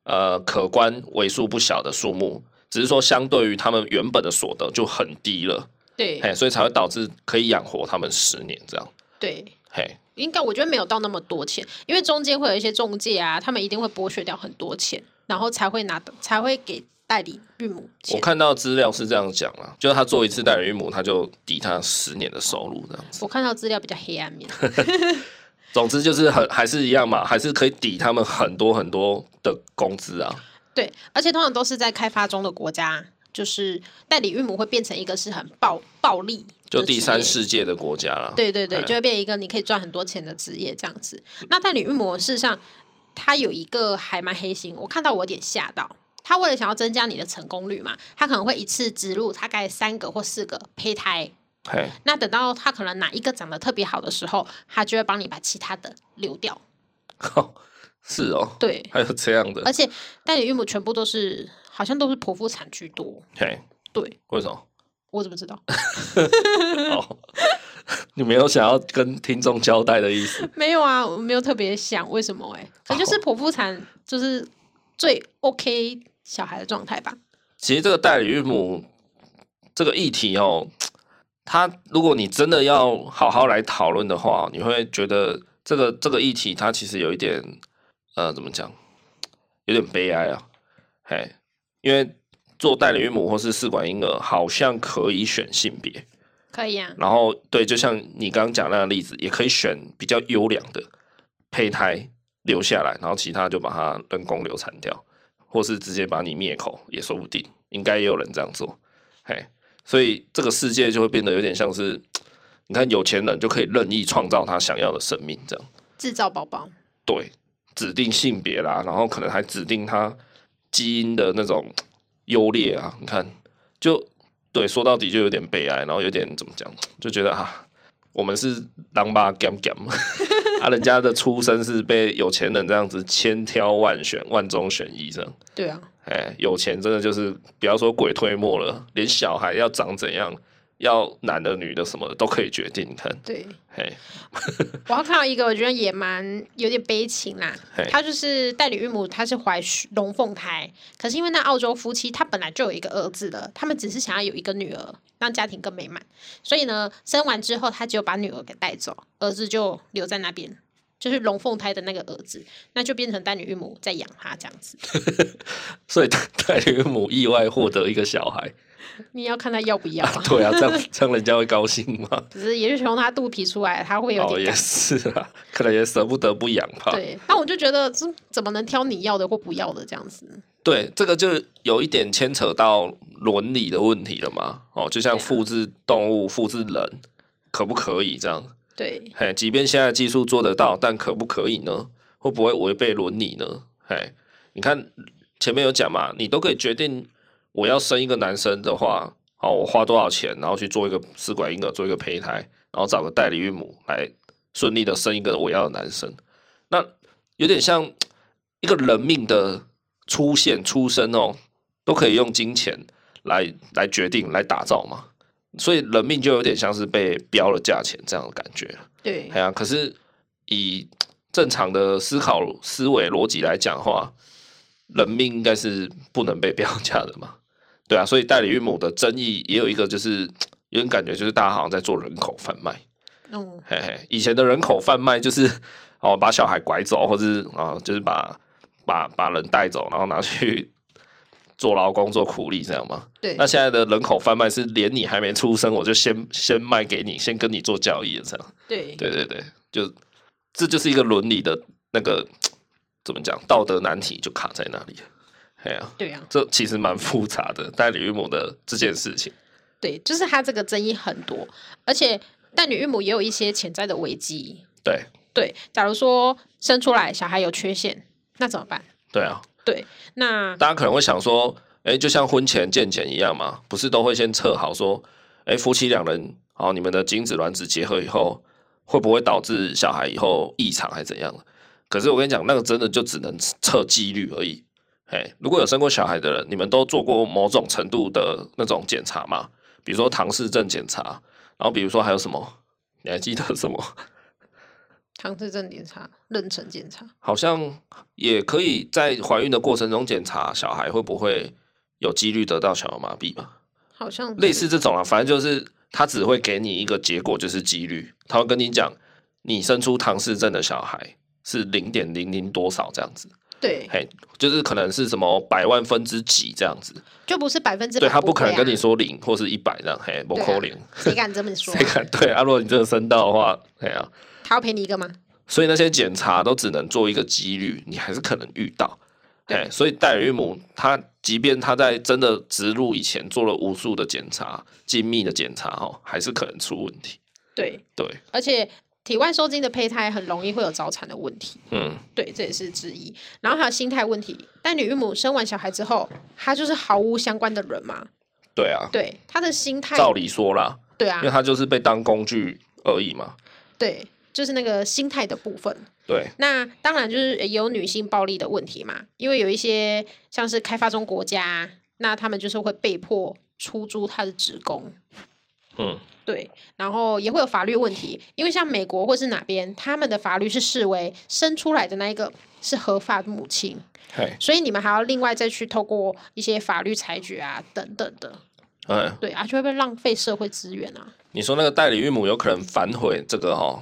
呃可观为数不小的数目，只是说相对于他们原本的所得就很低了，对嘿，所以才会导致可以养活他们十年这样，对，嘿，应该我觉得没有到那么多钱，因为中间会有一些中介啊，他们一定会剥削掉很多钱，然后才会拿到才会给代理孕母我钱。看到资料是这样讲啊，就是他做一次代理孕母，他就抵他十年的收入这样子。我看到资料比较黑暗面， 总之就是很还是一样嘛，还是可以抵他们很多很多的工资啊。对，而且通常都是在开发中的国家，就是代理孕母会变成一个是很暴暴利的职业，就第三世界的国家啦，对对对，哎就会变一个你可以赚很多钱的职业这样子。那代理孕母事实上，它有一个还蛮黑心，我看到我有点吓到。他为了想要增加你的成功率嘛，他可能会一次植入大概三个或四个胚胎。嘿，那等到他可能哪一个长得特别好的时候，他就会帮你把其他的留掉。靠，是哦，对，还有这样的而，且代理孕母全部都是好像都是剖腹产居多。嘿，对，为什么？我怎么知道？ 哦， 你没有想要跟听众交代的意思，没有啊，我没有特别想为什么哎、可能就是剖腹产就是最 OK 小孩的状态吧。其实这个代理孕母这个议题哦，它如果你真的要好好来讨论的话，你会觉得这个这个议题它其实有一点呃，怎么讲，有点悲哀啊，嘿，因为做代理孕母或是试管婴儿好像可以选性别，可以啊，然后对，就像你刚刚讲那个例子，也可以选比较优良的胚胎留下来，然后其他就把它人工流产掉，或是直接把你灭口也说不定，应该也有人这样做。嘿，所以这个世界就会变得有点像是，你看有钱人就可以任意创造他想要的生命，这样制造宝宝，对，指定性别啦，然后可能还指定他基因的那种优劣啊，你看就对，说到底就有点悲哀，然后有点怎么讲，就觉得啊，我们是狼吧 gam gam，啊，人家的出身是被有钱人这样子千挑万选，万中选一这样。对啊，哎，有钱真的就是不要说鬼推磨了，连小孩要长怎样，要男的女的什么的都可以决定。你看，对。嘿，我要看到一个，我觉得也蛮有点悲情啦嘿。她就是代理孕母，她是怀龙凤胎，可是因为那澳洲夫妻他本来就有一个儿子的，他们只是想要有一个女儿，让家庭更美满，所以呢，生完之后他只有把女儿给带走，儿子就留在那边。就是龙凤胎的那个儿子，那就变成代理孕母在养他这样 子。所以 代代理孕母意外获得一个小孩，你要看他要不要啊？对啊，这样这样人家会高兴吗？只是也是从他肚皮出来，他 会有哦，点也啊感。是啊，可能也舍不得不养吧。对，那我就觉得这怎么能挑你要的或不要的这样子？对，这个就有一点牵扯到伦理的问题了嘛。哦，就像对啊复制动物、复制人，可不可以这样？对，嘿，即便现在技术做得到，但可不可以呢？会不会违背伦理呢？嘿，你看前面有讲嘛，你都可以决定我要生一个男生的话，哦，我花多少钱，然后去做一个试管婴儿，做一个胚胎，然后找个代理孕母来顺利的生一个我要的男生。那有点像一个人命的出现、出生哦，都可以用金钱来来决定、来打造嘛。所以人命就有点像是被标了价钱这样的感觉。对哎，呀，可是以正常的思考思维逻辑来讲的话，人命应该是不能被标价的嘛。对啊，所以代理孕母的争议也有一个，就是有点感觉就是大家好像在做人口贩卖。嗯，嘿嘿，以前的人口贩卖就是哦，把小孩拐走，或是啊、就是把把把人带走，然后拿去做劳工、做苦力这样嘛。对那，现在的人口贩卖是连你还没出生，我就先先卖给你，先跟你做交易了这样。对，对对对，就这就是一个伦理的那个怎么讲道德难题，就卡在那里了。哎呀、对啊，这其实蛮复杂的，代理孕母的这件事情。对，就是他这个争议很多，而且代理孕母也有一些潜在的危机。对对，假如说生出来小孩有缺陷，那怎么办？对啊，对，那大家可能会想说，哎，就像婚前健检一样嘛，不是都会先测好说，哎，夫妻两人，好，你们的精子卵子结合以后，会不会导致小孩以后异常还是怎样？可是我跟你讲，那个真的就只能测几率而已。哎，如果有生过小孩的人，你们都做过某种程度的那种检查吗？比如说唐氏症检查，然后比如说还有什么？你还记得什么？唐氏症检查、妊娠检查，好像也可以在怀孕的过程中检查小孩会不会有几率得到小儿麻痹吧，好像类似这种啊，反正就是他只会给你一个结果，就是几率，他会跟你讲你生出唐氏症的小孩是零点零零多少这样子，对，嘿，就是可能是什么百万分之几这样子，就不是百分之百、对啊。他不可能跟你，说零或是一百这样，嘿，不对啊扣零，谁敢这么说谁？敢？ 对，啊，如果你真的生到的话，哎呀、他要赔你一个吗？所以那些检查都只能做一个几率，你还是可能遇到。对哎，所以代孕母她即便她在真的植入以前做了无数的检查、精密的检查哦，还是可能出问题。对，对，而且体外受精的胚胎很容易会有早产的问题，嗯，对，这也是之一。然后还有心态问题，但女孕母生完小孩之后，她就是毫无相关的人嘛，对啊，对，她的心态，照理说啦，对因啊为，她就是被当工具而已嘛。对，就是那个心态的部分。对，那当然就是也有女性暴力的问题嘛，因为有一些像是开发中国家，那他们就是会被迫出租她的职工，嗯，对，然后也会有法律问题，因为像美国或是哪边，他们的法律是视为生出来的那一个是合法的母亲，嘿，所以你们还要另外再去透过一些法律裁决啊等等的，哎，对啊，就会被浪费社会资源啊，你说那个代理孕母有可能反悔这个哦，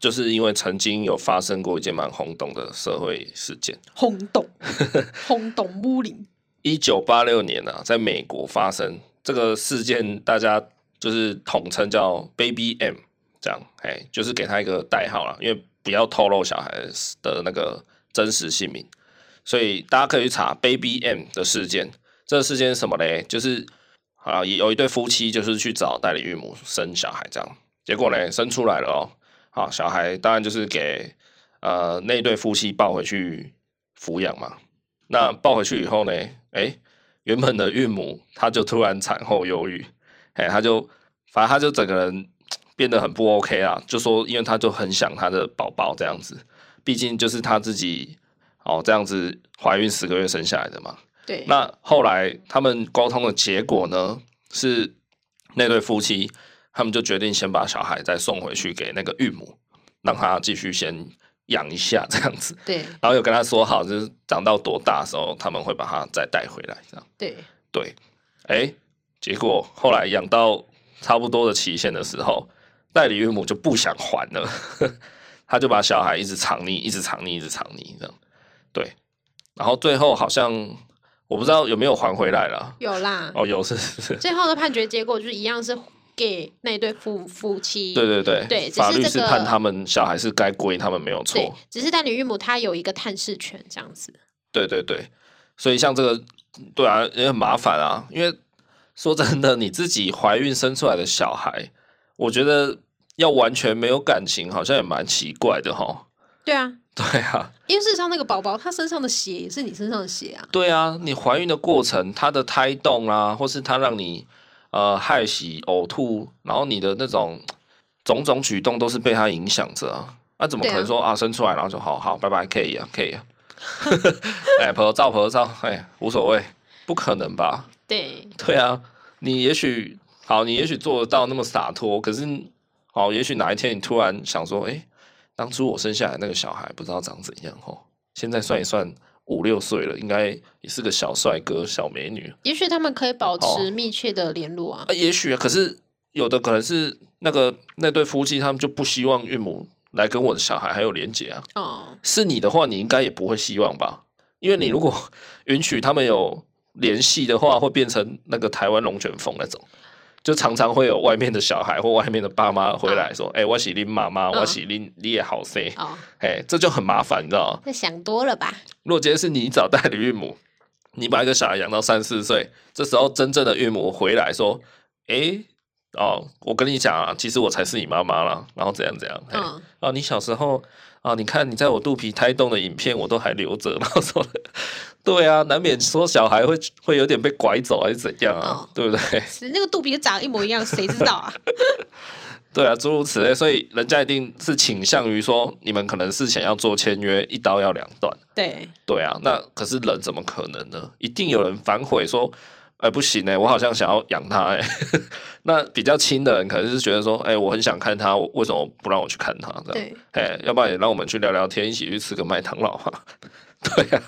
就是因为曾经有发生过一件蛮轰动的社会事件。轰动， 轰 动乌林，一九八六年啊，在美国发生这个事件，大家就是统称叫 Baby M，这样，哎，就是给他一个代号啦，因为不要透露小孩的那个真实姓名，所以大家可以去查 Baby M 的事件。这个事件是什么嘞？就是啊，有一对夫妻就是去找代理孕母生小孩，这样，结果嘞生出来了哦，好，小孩当然就是给呃那对夫妻抱回去抚养嘛，那抱回去以后呢，哎，原本的孕母她就突然产后忧郁，哎，她就反正她就整个人变得很不 OK 啊，就说因为她就很想她的宝宝这样子，毕竟就是她自己哦这样子怀孕十个月生下来的嘛。对，那后来他们沟通的结果呢，是那对夫妻他们就决定先把小孩再送回去给那个孕母，让她继续先养一下这样子。对然后有跟他说好，就是长到多大的时候他们会把他再带回来，这样对，对。哎，结果后来养到差不多的期限的时候，代理孕母就不想还了， 他就把小孩一直藏匿，一直藏匿，一直藏匿这样。对，然后最后好像我不知道有没有还回来了。有啦，哦，有是是是，最后的判决结果就是一样是给那对夫夫妻，对对对，对只是法律这是个判他们小孩是该归他们没有错。对，只是代理孕母她有一个探视权这样子。对对对，所以像这个，对啊，也很麻烦啊。因为说真的，你自己怀孕生出来的小孩，我觉得要完全没有感情，好像也蛮奇怪的哈。对啊，对啊，因为事实上那个宝宝他身上的血也是你身上的血啊。对啊，你怀孕的过程，它的胎动啊，或是它让你呃害喜、呕吐，然后你的那种种种举动都是被它影响着啊。那、怎么可能说啊生出来然后就好好拜拜可以啊可以啊， 哎合照合照哎无所谓，不可能吧？对，对啊，你也许好，你也许做得到那么洒脱，可是好，也许哪一天你突然想说，哎、当初我生下来那个小孩不知道长怎样哦，现在算一算五六岁了，应该也是个小帅哥、小美女，也许他们可以保哦持密切的联络啊啊，。也许啊，可是有的可能是那个那对夫妻他们就不希望孕母来跟我的小孩还有连结啊，哦，是你的话，你应该也不会希望吧？因为你如果 允许他们有联系的话，会变成那个台湾龙卷风那种，就常常会有外面的小孩或外面的爸妈回来说：“哎、我喜林妈妈，我喜林你也好 say。哦，哎，这就很麻烦，你知道吗？那想多了吧？如果今天是你找代理孕母，你把一个小孩养到三四岁，这时候真正的孕母回来说：“哎、哦，我跟你讲啊，其实我才是你妈妈啦，然后怎样怎样。嘿嗯，啊，你小时候啊，你看你在我肚皮胎动的影片，我都还留着，然后说，对啊，难免说小孩会会有点被拐走还是怎样啊，哦对不对？ 那个肚皮长得一模一样，谁知道啊？对啊，诸如此类，所以人家一定是倾向于说，你们可能是想要做签约，一刀要两断。对，对啊，那可是人怎么可能呢？一定有人反悔说，哎、不行哎、我好像想要养它哎、 那比较亲的人可能是觉得说，哎、我很想看它，我为什么不让我去看它？这样，对，哎、要不然也让我们去聊聊天，一起去吃个麦当劳嘛。 对啊，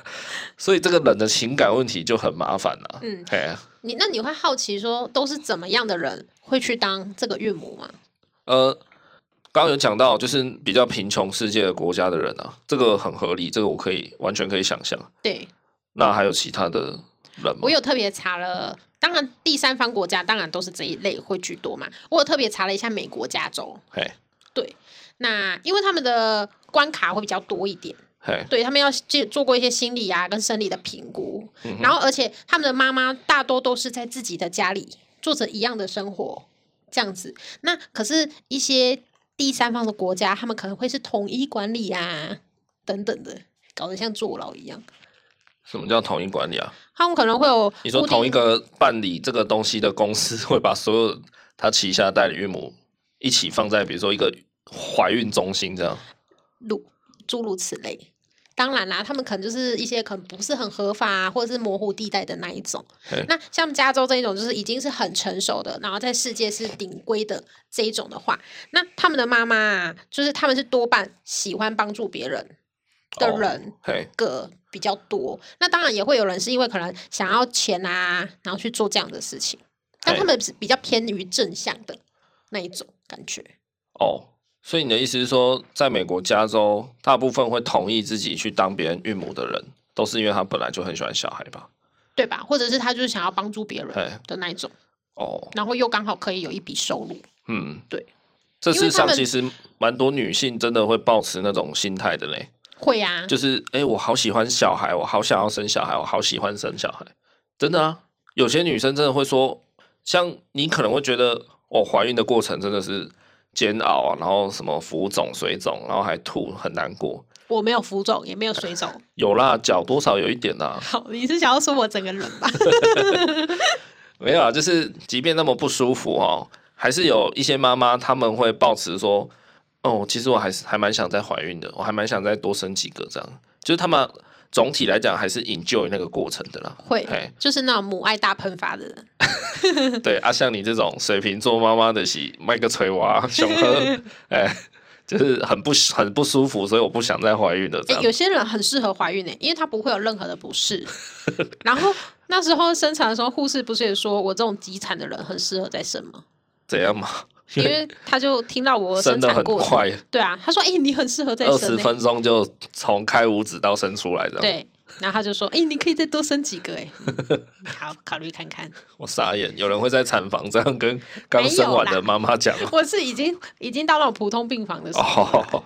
所以这个人的情感问题就很麻烦了、嗯，哎、你那你会好奇说，都是怎么样的人会去当这个孕母吗？呃，刚刚有讲到，就是比较贫穷世界的国家的人啊，这个很合理，这个我可以完全可以想象。对那还有其他的人吗我？有特别查了，当然第三方国家当然都是这一类会居多嘛。我有特别查了一下美国加州，嘿，对，那因为他们的关卡会比较多一点，嘿，对他们要做做过一些心理啊跟生理的评估，嗯然后而且他们的妈妈大多都是在自己的家里做着一样的生活，这样子。那可是，一些第三方的国家，他们可能会是统一管理啊等等的，搞得像坐牢一样。什么叫统一管理啊？他们可能会有你说固定同一个办理这个东西的公司 会把所有他旗下代理孕母一起放在，比如说一个怀孕中心这样。如诸如此类。当然啦，他们可能就是一些可能不是很合法、啊，或者是模糊地带的那一种嘿。那像加州这一种，就是已经是很成熟的，然后在世界是顶规的这一种的话，那他们的妈妈啊，就是他们是多半喜欢帮助别人的哦人嘿，个比较多。那当然也会有人是因为可能想要钱啊，然后去做这样的事情，但他嘿们是比较偏于正向的那一种感觉。哦，所以你的意思是说，在美国加州，大部分会同意自己去当别人孕母的人，都是因为他本来就很喜欢小孩吧？对吧？或者是他就是想要帮助别嘿人的那一种，哦，然后又刚好可以有一笔收入。嗯，对，这因为世他上们其实蛮多女性真的会抱持那种心态的嘞，会啊，就是哎、诶我好喜欢小孩，我好想要生小孩，我好喜欢生小孩，真的啊，有些女生真的会说，像你可能会觉得，哦，怀孕的过程真的是煎熬啊，然后什么浮肿、水肿，然后还吐，很难过。我没有浮肿，也没有水肿。有啦，脚多少有一点啦、好，你是想要说我整个人吧？没有啊，就是即便那么不舒服哦，还是有一些妈妈她们会抱持说，哦，其实我还是还蛮想再怀孕的，我还蛮想再多生几个这样。就是他们总体来讲还是 enjoy 那个过程的 啦。会嘿，就是那种母爱大喷发的人。对啊，像你这种水瓶座妈妈的喜卖个锤 娃熊呵，哎，就是很不很不舒服，所以我不想再怀孕了这哎、样。有些人很适合怀孕呢、因为他不会有任何的不 适。然后那时候生产的时候，护士不是也说我这种急产的人很适合再生吗？怎样嘛？因为他就听到我生生的产很过程快，对啊，他说：“哎、你很适合再二生、十欸。”分钟就从开五指到生出来这样。对，然后他就说：“哎、你可以再多生几个哎、嗯好，考虑看看。我傻眼，有人会在产房这样跟刚生完的妈妈讲吗我是已经已经到那种普通病房的时候，哦，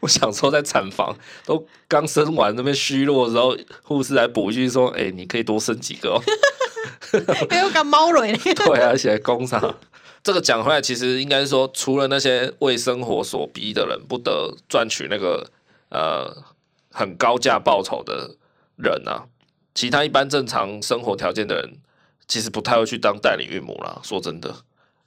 我想说在产房都刚生完那边虚弱的时候，护士来补一句说：“哎、你可以多生几个哦。还有个猫蕊嘞，” 对啊，而且工厂这个讲回来，其实应该说，除了那些为生活所逼的人，不得赚取那个呃很高价报酬的人啊，其他一般正常生活条件的人，其实不太会去当代理孕母啦。说真的。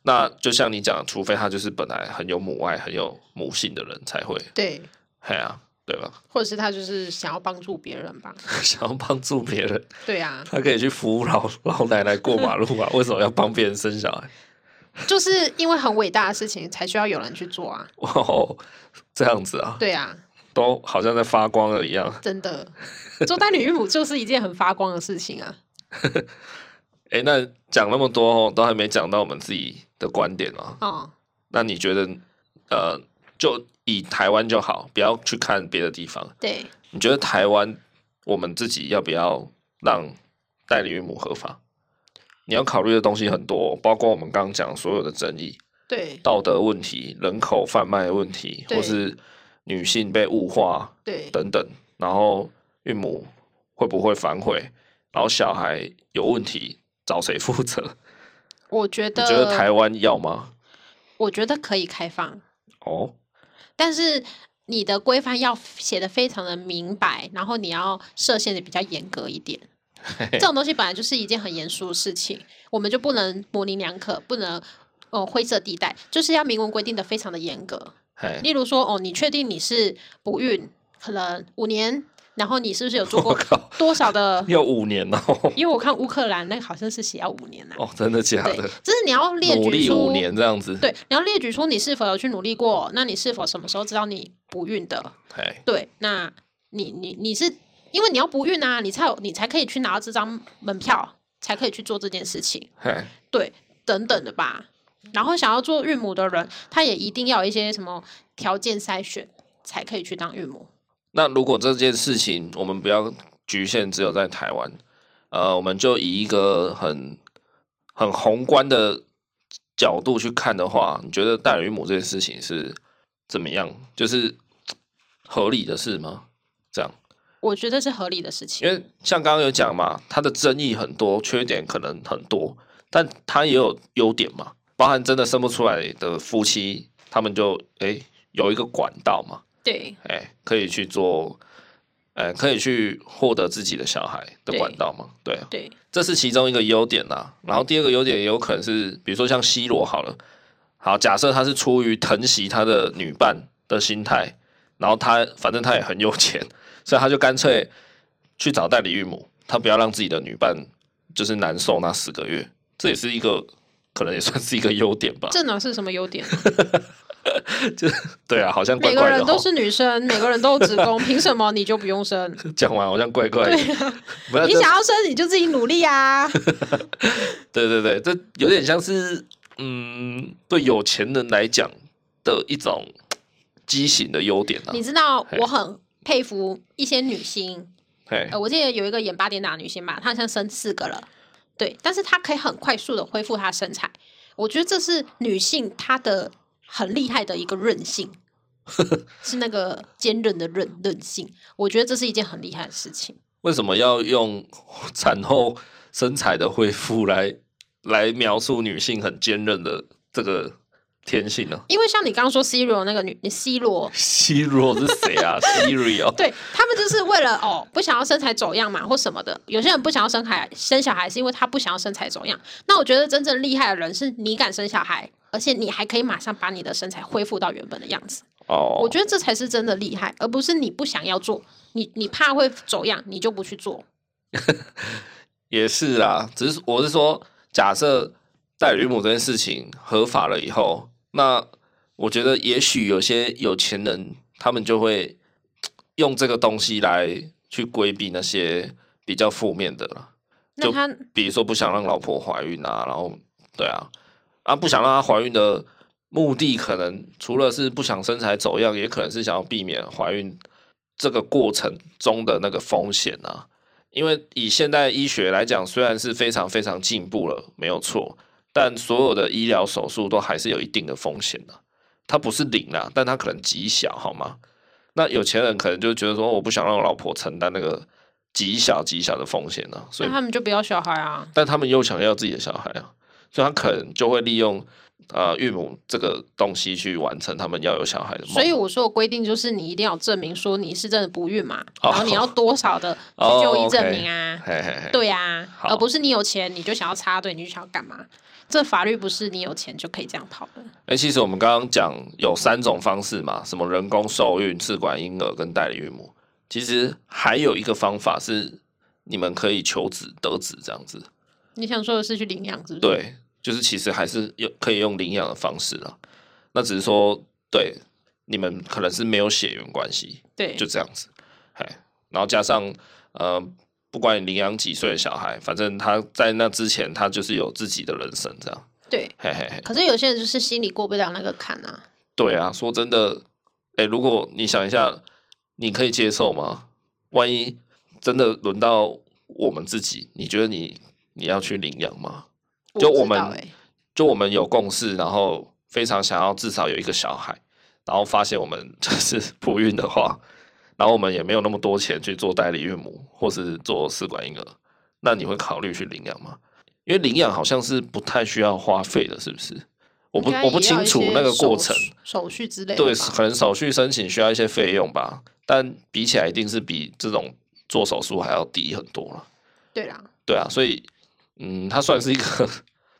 那就像你讲，除非他就是本来很有母爱、很有母性的人才会，对，嘿啊，对吧？ 或者是他就是想要帮助别人吧，想要帮助别人，对啊，他可以去扶老老奶奶过马路啊，为什么要帮别人生小孩？就是因为很伟大的事情才需要有人去做啊，哦，这样子啊，对啊，都好像在发光了一样。真的，做代理孕母就是一件很发光的事情啊，哎，那讲那么多哦，都还没讲到我们自己的观点啊。哦，那你觉得，呃，就以台湾就好，不要去看别的地方。对，你觉得台湾我们自己要不要让代理孕母合法？你要考虑的东西很多，哦包括我们刚刚讲所有的争议，对，道德问题、人口贩卖问题，对或是女性被物化对，等等，然后孕母会不会反悔，然后小孩有问题找谁负责？我觉你觉得台得，湾要吗？我觉得可以开放，哦，但是你的规范要写的非常的明白，然后你要设限的比较严格一点。这种东西本来就是一件很严肃的事情，我们就不能模棱两可，不能呃灰色地带，就是要明文规定的非常的严格。嘿，例如说，哦，你确定你是不孕，可能五年，然后你是不是有做我 过靠，多少的？要五年哦，因为我看乌克兰那个好像是写要五年呐、哦，真的 假对，的？就是你要列努举力出五年这样子，对，你要列举出你是否有去努力过，那你是否什么时候知道你不孕的？嘿，对，那你你你是因为你要不孕啊，你才有你才可以去拿到这张门票，才可以去做这件事情，嘿，对，等等的吧。然后想要做孕母的人，他也一定要有一些什么条件筛选，才可以去当孕母。那如果这件事情我们不要局限只有在台湾，呃，我们就以一个很很宏观的角度去看的话，你觉得代理孕母这件事情是怎么样？就是合理的事吗？这样，我觉得是合理的事情因。为像刚刚有讲嘛，它的争议很多，缺点可能很多，但它也有优点嘛，包含真的生不出来的夫妻，他们就诶、有一个管道嘛，对哎、可以去做，哎、可以去获得自己的小孩的管道嘛？对啊，对这是其中一个优点啦。然后第二个优点也有可能是，比如说像 C 罗好了，好，假设他是出于疼惜他的女伴的心态，然后他反正他也很有钱，所以他就干脆去找代理孕母，他不要让自己的女伴就是难受那十个月，这也是一个可能也算是一个优点吧。这哪是什么优点？对啊，好像怪 每个怪的人都哦。是女生，每个人都有子 宫，凭什么你就不用生？讲完好像怪怪的，对啊，不要你这想要生你就自己努力啊。对对对，这有点像是嗯，对有钱人来讲的一种畸形的优点啊你。知道嘿我很佩服一些女星，嘿呃，，我记得有一个演八点档的女星吧，她好像生四个了，对，但是她可以很快速的恢复她身材，我觉得这是女性她的很厉害的一个韧性，是那个坚韧的韧韧性，我觉得这是一件很厉害的事情。为什么要用产后身材的恢复来来描述女性很坚韧的这个天性呢、 因为像你刚刚说 C 罗那个女 C 罗， c i r o 是谁啊？Siri 哦，对他们就是为了哦不想要身材走样嘛或什么的，有些人不想要生孩生小孩是因为他不想要身材走样。那我觉得真正厉害的人是你敢生小孩，而且你还可以马上把你的身材恢复到原本的样子。我哦，觉得这才是真的厉害，而不是你不想要做，你你怕会走样，你就不去做。也是啦，只是我是说，假设代理孕母这件事情合法了以后，那我觉得也许有些有钱人他们就会用这个东西来去规避那些比较负面的了。那就他比如说不想让老婆怀孕啊，然后对啊，啊不想让她怀孕的目的，可能除了是不想身材走样，也可能是想要避免怀孕这个过程中的那个风险啊。因为以现代医学来讲，虽然是非常非常进步了，没有错，但所有的医疗手术都还是有一定的风险的、它不是零啦，但它可能极小，好吗？那有钱人可能就觉得说，我不想让我老婆承担那个极小极小的风险呢、所那以他们就不要小孩啊。但他们又想要自己的小孩啊，所以他可能就会利用呃孕母这个东西去完成他们要有小孩的梦。所以我说的规定就是你一定要证明说你是真的不孕嘛，哦然后你要多少的去 哦就医，OK 证明啊。嘿嘿嘿，对呀、好而不是你有钱你就想要插队，你就想要干嘛？这法律不是你有钱就可以这样跑的。哎、其实我们刚刚讲有三种方式嘛，什么人工受孕、试管婴儿跟代理孕母。其实还有一个方法是你们可以求子得子这样子。你想说的是去领养，是不是？，对，就是其实还是有可以用领养的方式啦。那只是说，对你们可能是没有血缘关系，对，就这样子，哎，然后加上呃，不管你领养几岁的小孩，反正他在那之前他就是有自己的人生，这样，对。嘿嘿嘿，可是有些人就是心里过不了那个坎啊。对啊，说真的，哎、如果你想一下，你可以接受吗？万一真的轮到我们自己，你觉得你你要去领养吗？就不知我们道欸就我们有共识，然后非常想要至少有一个小孩，然后发现我们 就是不孕的话，然后我们也没有那么多钱去做代理孕母或是做试管婴儿，那你会考虑去领养吗？因为领养好像是不太需要花费的，是不是？我不应该我不也清要一楚些那个过手程，续手续之类的吧。对，可能手续申请需要一些费用吧，但比起来一定是比这种做手术还要低很多了。对啦，对啊，所以嗯，它算是一个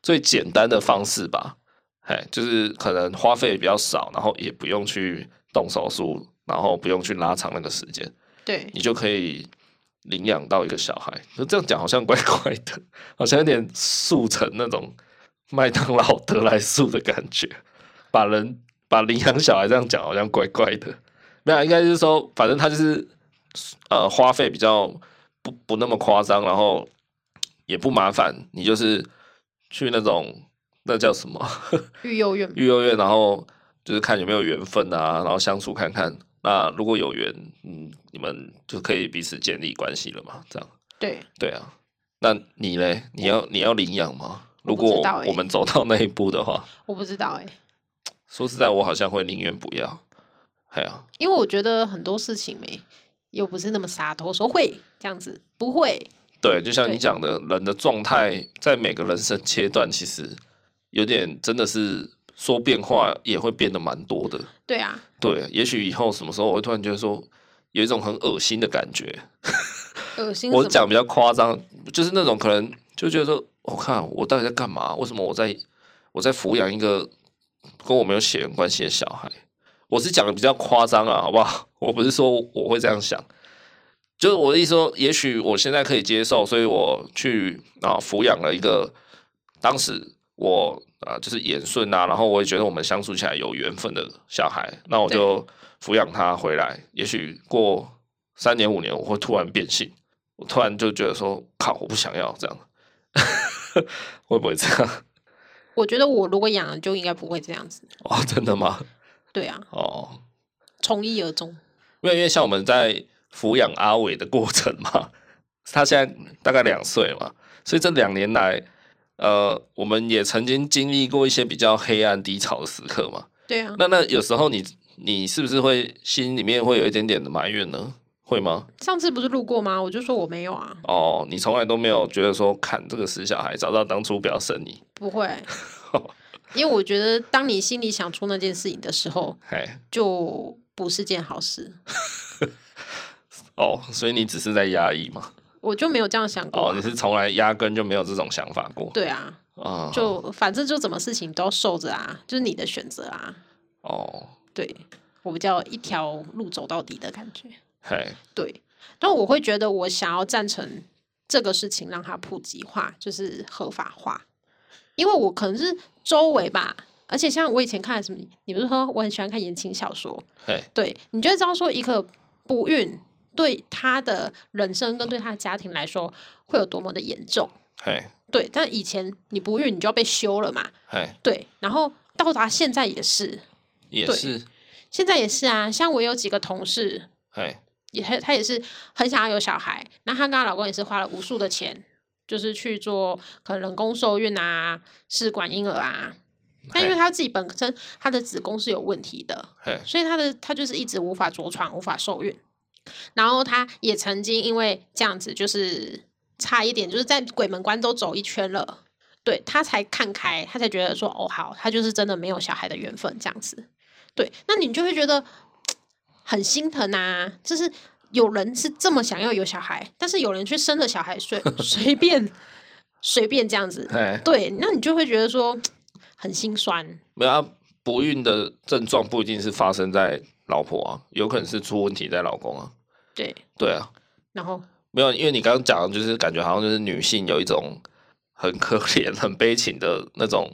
最简单的方式吧。哎，就是可能花费比较少，然后也不用去动手术，然后不用去拉长那个时间，对，你就可以领养到一个小孩。就这样讲好像怪怪的，好像有点速成那种麦当劳得来速的感觉，把人把领养小孩这样讲好像怪怪的。没有啊，应该就是说，反正他就是呃花费比较不不那么夸张，然后也不麻烦，你就是去那种那叫什么？育幼院，育幼院，然后就是看有没有缘分啊，然后相处看看。那如果有缘，嗯，你们就可以彼此建立关系了嘛？这样，对，对啊。那你嘞？你要你要领养吗？我如不知果道欸我们走到那一步的话，我不知道哎、说实在，我好像会宁愿不要。哎呀、因为我觉得很多事情没，又不是那么洒脱，说会这样子，不会，嗯对，就像你对讲的，人的状态在每个人生阶段，其实有点真的是说变化也会变得蛮多的。对啊，对，也许以后什么时候我会突然觉得说，有一种很恶心的感觉，恶心。我讲，比较夸张，就是那种可能就觉得说，我、看我到底在干嘛？为什么我在我在抚养一个跟我没有血缘关系的小孩？我是讲的比较夸张啊，好不好？ 我不是说我会这样想，就是我的意思说，也许我现在可以接受，所以我去啊抚养了一个，当时我啊就是眼顺啊，然后我也觉得我们相处起来有缘分的小孩，那我就抚养他回来。也许过三年五年，我会突然变性，我突然就觉得说，靠，我不想要这样， 会不会这样？ 我觉得我如果养了就应该不会这样子，哦，真的吗？对啊，哦，从一而终。因为因为像我们在抚养阿伟的过程嘛，他现在大概两岁嘛，所以这两年来，呃，我们也曾经经历过一些比较黑暗低潮的时刻嘛。对啊，那那有时候你你是不是会心里面会有一点点的埋怨呢？会吗？上次不是路过吗？我就说我没有啊，哦，你从来都没有觉得说，看这个死小孩，早知道当初不要生你。不会，因为我觉得当你心里想出那件事情的时候，嘿，就不是件好事。哦，所以你只是在压抑嘛？我就没有这样想过哦，啊、你是从来压根就没有这种想法过对啊，啊？就反正就怎么事情都受着啊，就是你的选择啊。哦，对我比较一条路走到底的感觉。嘿，对，但我会觉得我想要赞成这个事情，让它普及化，就是合法化，因为我可能是周围吧，而且像我以前看的什么，你不是说我很喜欢看言情小说，嘿，对，你就会知道说一个不孕对他的人生跟对他的家庭来说会有多么的严重。嘿，对，但以前你不孕你就要被休了嘛，嘿，对，然后到达现在也是，也对是，现在也是啊，像我有几个同事，嘿。也很她也是很想要有小孩，那她跟她老公也是花了无数的钱，就是去做可能人工受孕啊、试管婴儿啊。但因为嘿她自己本身她的子宫是有问题的，嘿，所以她的她就是一直无法着床、无法受孕。然后她也曾经因为这样子，就是差一点，就是在鬼门关都走一圈了，对她才看开，她才觉得说，哦，好，她就是真的没有小孩的缘分这样子。对，那你就会觉得很心疼啊，就是有人是这么想要有小孩，但是有人却生了小孩随随便随便这 样子，嘿，对，那你就会觉得说很心酸，没有、啊、不孕的症状不一定是发生在老婆啊，有可能是出问题在老公啊。对，对啊，然后没有，因为你刚刚讲的就是感觉好像就是女性有一种很可怜、 很悲情的那种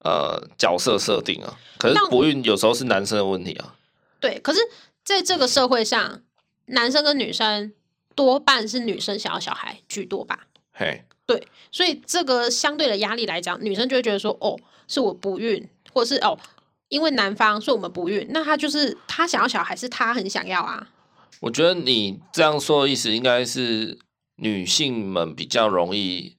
呃角色设定啊。可是但不孕有时候是男生的问题啊。对，可是在这个社会上，男生跟女生多半是女生想要小孩居多吧。嘿，对，所以这个相对的压力来讲，女生就会觉得说，哦，是我不孕，或是哦，因为男方所以我们不孕，那他就是他想要小孩，是他很想要啊，我觉得你这样说的意思应该是女性们比较容易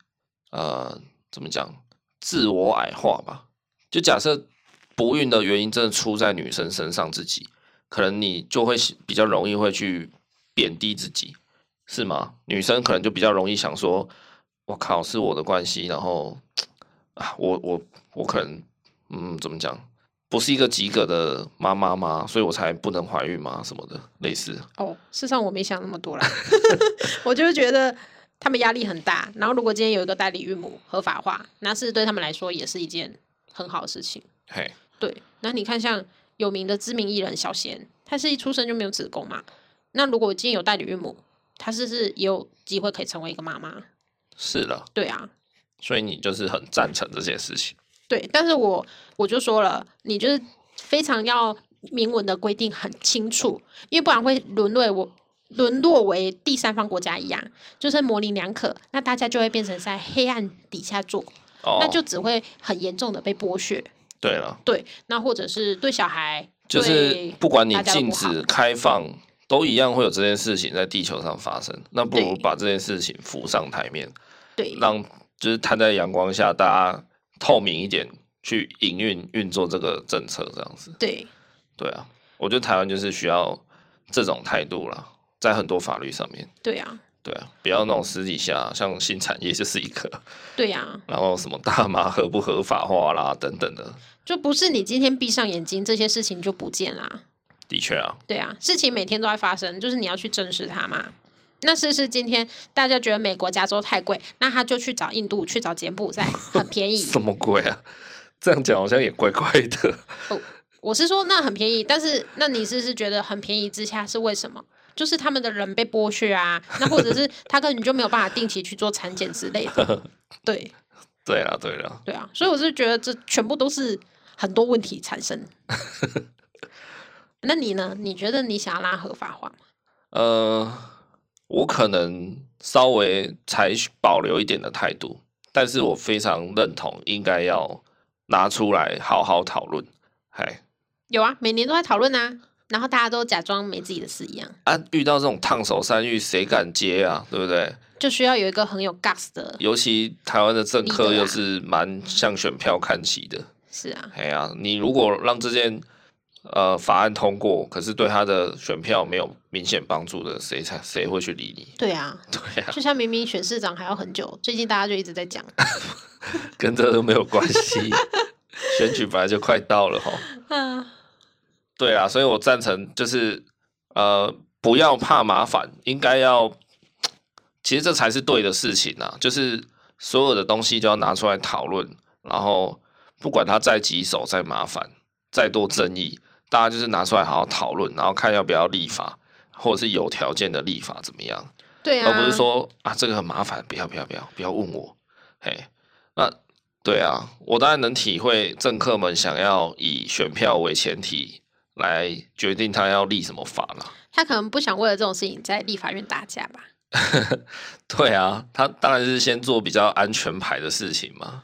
呃怎么讲自我矮化吧？就假设不孕的原因真的出在女生身上自己，可能你就会比较容易会去贬低自己，是吗？女生可能就比较容易想说，我靠，是我的关系，然后啊，我我我可能嗯怎么讲？不是一个及格的妈妈吗？所以我才不能怀孕吗？什么的，类似。哦，事实上我没想那么多啦，我就是觉得他们压力很大，然后如果今天有一个代理孕母合法化，那是对他们来说也是一件很好的事情，嘿，对，那你看像有名的知名艺人小贤，他是一出生就没有子宫嘛？那如果今天有代理孕母，她是不是也有机会可以成为一个妈妈？是了，对啊，所以你就是很赞成这件事情。对，但是我我就说了，你就是非常要明文的规定很清楚，因为不然会沦为我沦落为第三方国家一样，就是模棱两可，那大家就会变成在黑暗底下做，哦，那就只会很严重的被剥削。对了，对，那或者是对小孩，就是对不管你大家都禁不好止开放，都一样会有这件事情在地球上发生。那不如对把这件事情浮上台面，对让就是摊在阳光下，大家透明一点去营运运作这个政策，这样子。对对啊，我觉得台湾就是需要这种态度啦，在很多法律上面，对啊，对啊，不要那种私底下，像性产业就是一个， 对啊，然后什么大麻合不合法化啦等等的，就不是你今天闭上眼睛，这些事情就不见啦。的确啊，对啊，事情每天都在发生，就是你要去正视它嘛。那试试今天大家觉得美国加州太贵，那他就去找印度，去找柬埔寨，很便 宜。什么鬼啊？这样讲好像也怪怪的， 我是说那很便宜，但是那你是不是觉得很便宜之下是为什么？就是他们的人被剥削啊，那或者是他根本就没有办法定期去做产检之类的。对对啊，对啊，对啊，所以我是觉得这全部都是很多问题产生。那你呢？你觉得你想要拉合法化吗？呃，我可能稍微采取保留一点的态度，但是我非常认同，应该要拿出来好好讨论，嗨。有啊，每年都在讨论啊，然后大家都假装没自己的事一样，啊，遇到这种烫手山芋，谁敢接啊？对不对？就需要有一个很有 guts 的，尤其台湾的政客 Leader 啊又是蛮向选票看齐的。是啊，哎呀、你如果让这件呃法案通过，可是对他的选票没有明显帮助的，谁才谁会去理你？ 对啊，对呀、就像明明选市长还要很久，最近大家就一直在讲，跟这都没有关系。 选举本来就快到了哈。啊，对啊，所以我赞成，就是呃，不要怕麻烦，应该要，其实这才是对的事情啊，就是所有的东西就要拿出来讨论，然后不管它再棘手、再麻烦、再多争议，大家就是拿出来好好讨论，然后看要不要立法，或者是有条件的立法怎么样，对啊，而不是说啊这个很麻烦，不要不要不要不要问我，嘿，那对啊，我当然能体会政客们想要以选票为前提来决定他要立什么法了。他可能不想为了这种事情在立法院打架吧，对啊，他当然是先做比较安全牌的事情嘛，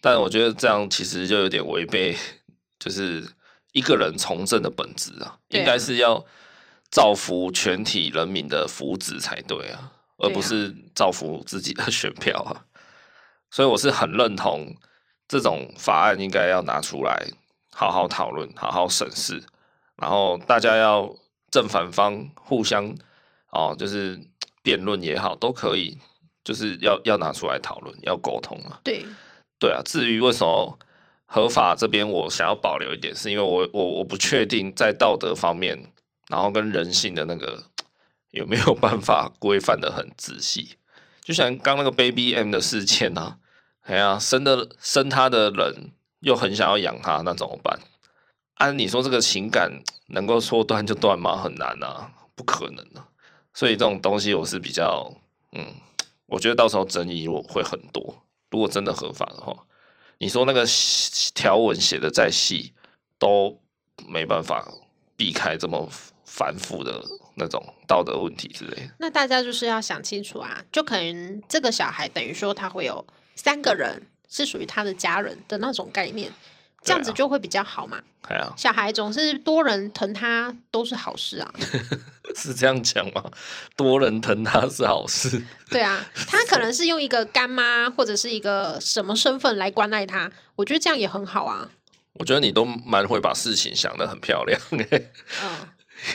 但我觉得这样其实就有点违背，就是一个人从政的本质啊，对啊应该是要造福全体人民的福祉才对啊，而对啊不是造福自己的 选票啊。所以我是很认同这种法案应该要拿出来好好讨论、好好审视，然后大家要正反方互相哦，就是辩论也好，都可以，就是要要拿出来讨论，要沟通啊。对，对啊，至于为什么合法这边我想要保留一点，是因为我我我不确定在道德方面，然后跟人性的那个有没有办法规范的很仔细。就像刚那个 Baby M 的事件啊，哎呀、生的生他的人又很想要养他，那怎么办？按、你说这个情感能够说断就断吗？很难啊，不可能啊。所以这种东西我是比较，嗯，我觉得到时候争议我会很多。如果真的合法的话，你说那个细条文写的再细，都没办法避开这么繁复的那种道德问题之类的。那大家就是要想清楚啊，就可能这个小孩等于说他会有三个人是属于他的家人的那种概念，这样对啊子就会比较好嘛。哎呀， 小孩总是多人疼他都是好事啊，是这样讲吗？多人疼他是好事，对啊，他可能是用一个干妈或者是一个什么身份来关爱他，我觉得这样也很好啊。我觉得你都蛮会把事情想得很漂亮、欸。嗯，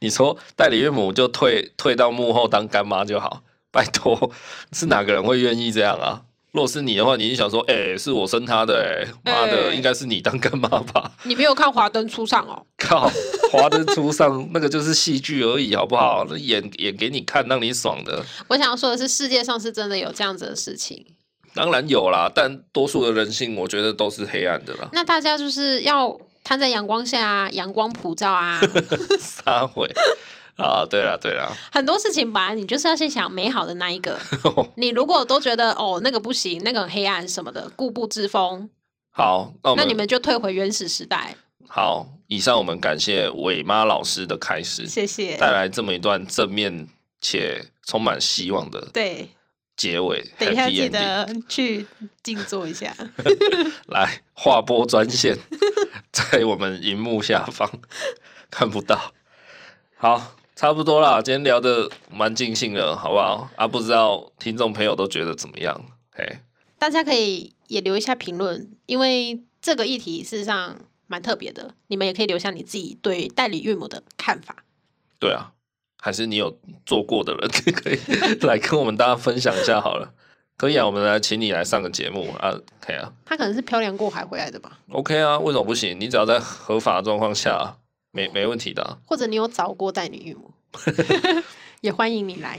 你说代理岳母就退退到幕后当干妈就好，拜托，是哪个人会愿意这样啊？若是你的话，你就想说，哎、是我生他的、欸，妈的，哎应该是你当干妈吧？你没有看华灯初上哦？靠， 华灯初上那个就是戏剧而已，好不好？那演演给你看，让你爽的。我想要说的是，世界上是真的有这样子的事情，。当然有啦，但多数的人性我觉得都是黑暗的啦 那大家就是要摊在阳光下啊，阳光普照啊，撒谎啊，对啦对啦， 很多事情吧，你就是要先想美好的那一个。你如果都觉得哦那个不行，那个很黑暗什么的，固步自封，好，那我那们你们就退回原始时代。好，以上我们感谢伟妈老师的开始，谢谢。带来这么一段正面且充满希望的对，结尾。等一下 happy 记 ending 得去静坐一下。来划拨专 线，在我们荧幕下方 看不到。好，差不多啦，今天聊的蛮尽兴了，好不好？啊，不知道听众朋友都觉得怎么样？哎，大家可以也留一下评论，因为这个议题事实上蛮特别的，你们也可以留下你自己对代理孕母的看法。对啊，还是你有做过的人 可 以来跟我们大家分享一下好了。可嗯以啊，我们来请你来上个节目啊，可以啊。他可能是漂洋过海回来的吧， OK 啊，为什么不行？你只要在合法的状况下，没没问题的啊、或者你有找过代理 孕母，也欢迎你来。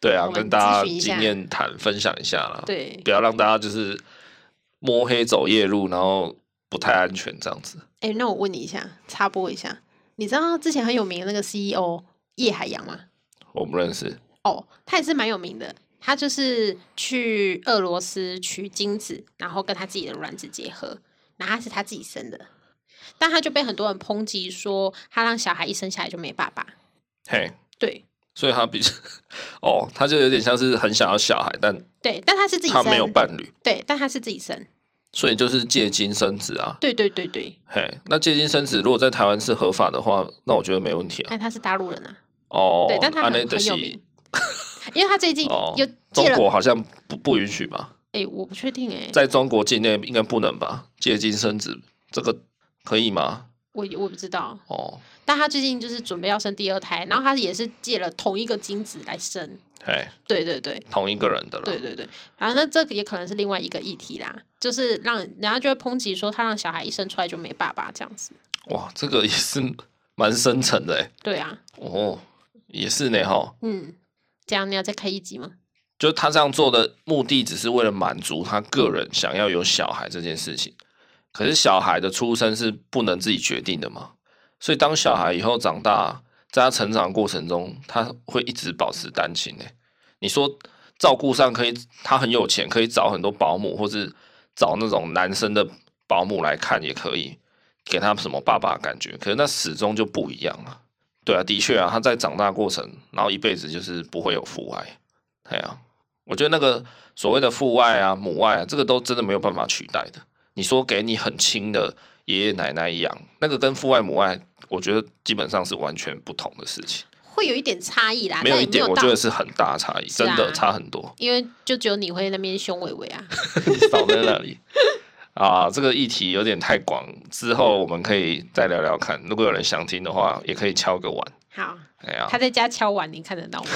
对啊，我们跟大家咨询一下经验谈分享一下啦，对，不要让大家就是摸黑走夜路，然后不太安全这样子。哎、那我问你一下，插播一下，你知道之前很有名的那个 CEO 叶海洋吗？我不认识，哦，他也是蛮有名的，他就是去俄罗斯取精子，然后跟他自己的卵子结合，然后他是他自己生的，但他就被很多人抨击说他让小孩一生下来就没爸爸。嘿，对所以他比哦，他就有点像是很想要小孩，但对，但他是自己他生，没有伴侣，对，但他是自己生。所以就是借精生子啊。对对对对，嘿，那借精生子如果在台湾是合法的话，那我觉得没问题啊。但他是大陆人啊，哦，对，但他啊很那就很有是名。 因为他最近哦又中借了，国好像不不允许吧？哎、我不确定哎、在中国境内应该不能吧？借精生子这个可以吗？我我不知道，哦，但他最近就是准备要生第二胎，然后他也是借了同一个精子来生，哎，对对对同一个人的了。对对对，然后那这个也可能是另外一个议题啦，就是让人家就会抨击说他让小孩一生出来就没爸爸这样子，哇，这个也是蛮深沉的哎。对啊，哦，也是呢哈，嗯，这样你要再开一集吗？就是他这样做的目的，只是为了满足他个人想要有小孩这件事情。可是小孩的出生是不能自己决定的嘛，所以当小孩以后长大，在他成长的过程中，他会一直保持单亲诶、欸你说照顾上可以，他很有钱，可以找很多保姆，或是找那种男生的保姆来看也可以，给他什么爸爸的感觉。可是那始终就不一样啊。对啊，的确啊，他在长大过程，然后一辈子就是不会有父爱，哎呀、我觉得那个所谓的父爱啊、母爱啊，这个都真的没有办法取代的。你说给你很亲的爷爷奶奶养，那个跟父爱母爱，我觉得基本上是完全不同的事情，会有一点差异啦，没有但一也没点，啊有我到觉，得是很大的差异，是真啊。的差很多 因为就只有你会那边凶伟伟啊， 少在那里啊，这个议题有点太广，之后我们可以再聊聊看。如果有人想听的话，也可以敲个碗。好，哎呀他，在家敲碗，你看得到吗？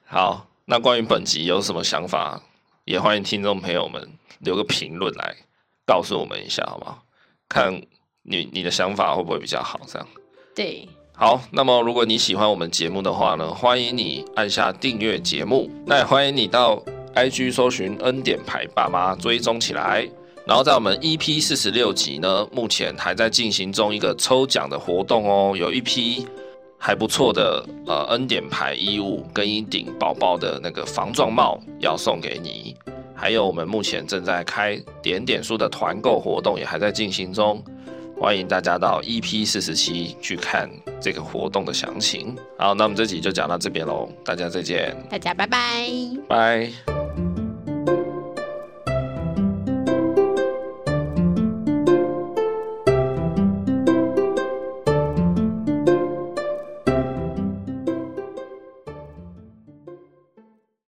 好，那关于本集有什么想法，也欢迎听众朋友们留个评论来告诉我们一下，好不好？看你你的想法会不会比较好，这样。对，好，那么如果你喜欢我们节目的话呢，欢迎你按下订阅节目，那也欢迎你到 IG 搜寻“恩典牌爸妈”追踪起来。然后在我们 EP 四十六集呢，目前还在进行中一个抽奖的活动哦，有一批还不错的呃恩典牌衣物跟一顶宝宝的那个防撞帽要送给你，还有我们目前正在开点点书的团购活动也还在进行中，欢迎大家到 EP 四十七去看这个活动的详情。好，那我们这集就讲到这边喽，大家再见，大家拜拜。拜。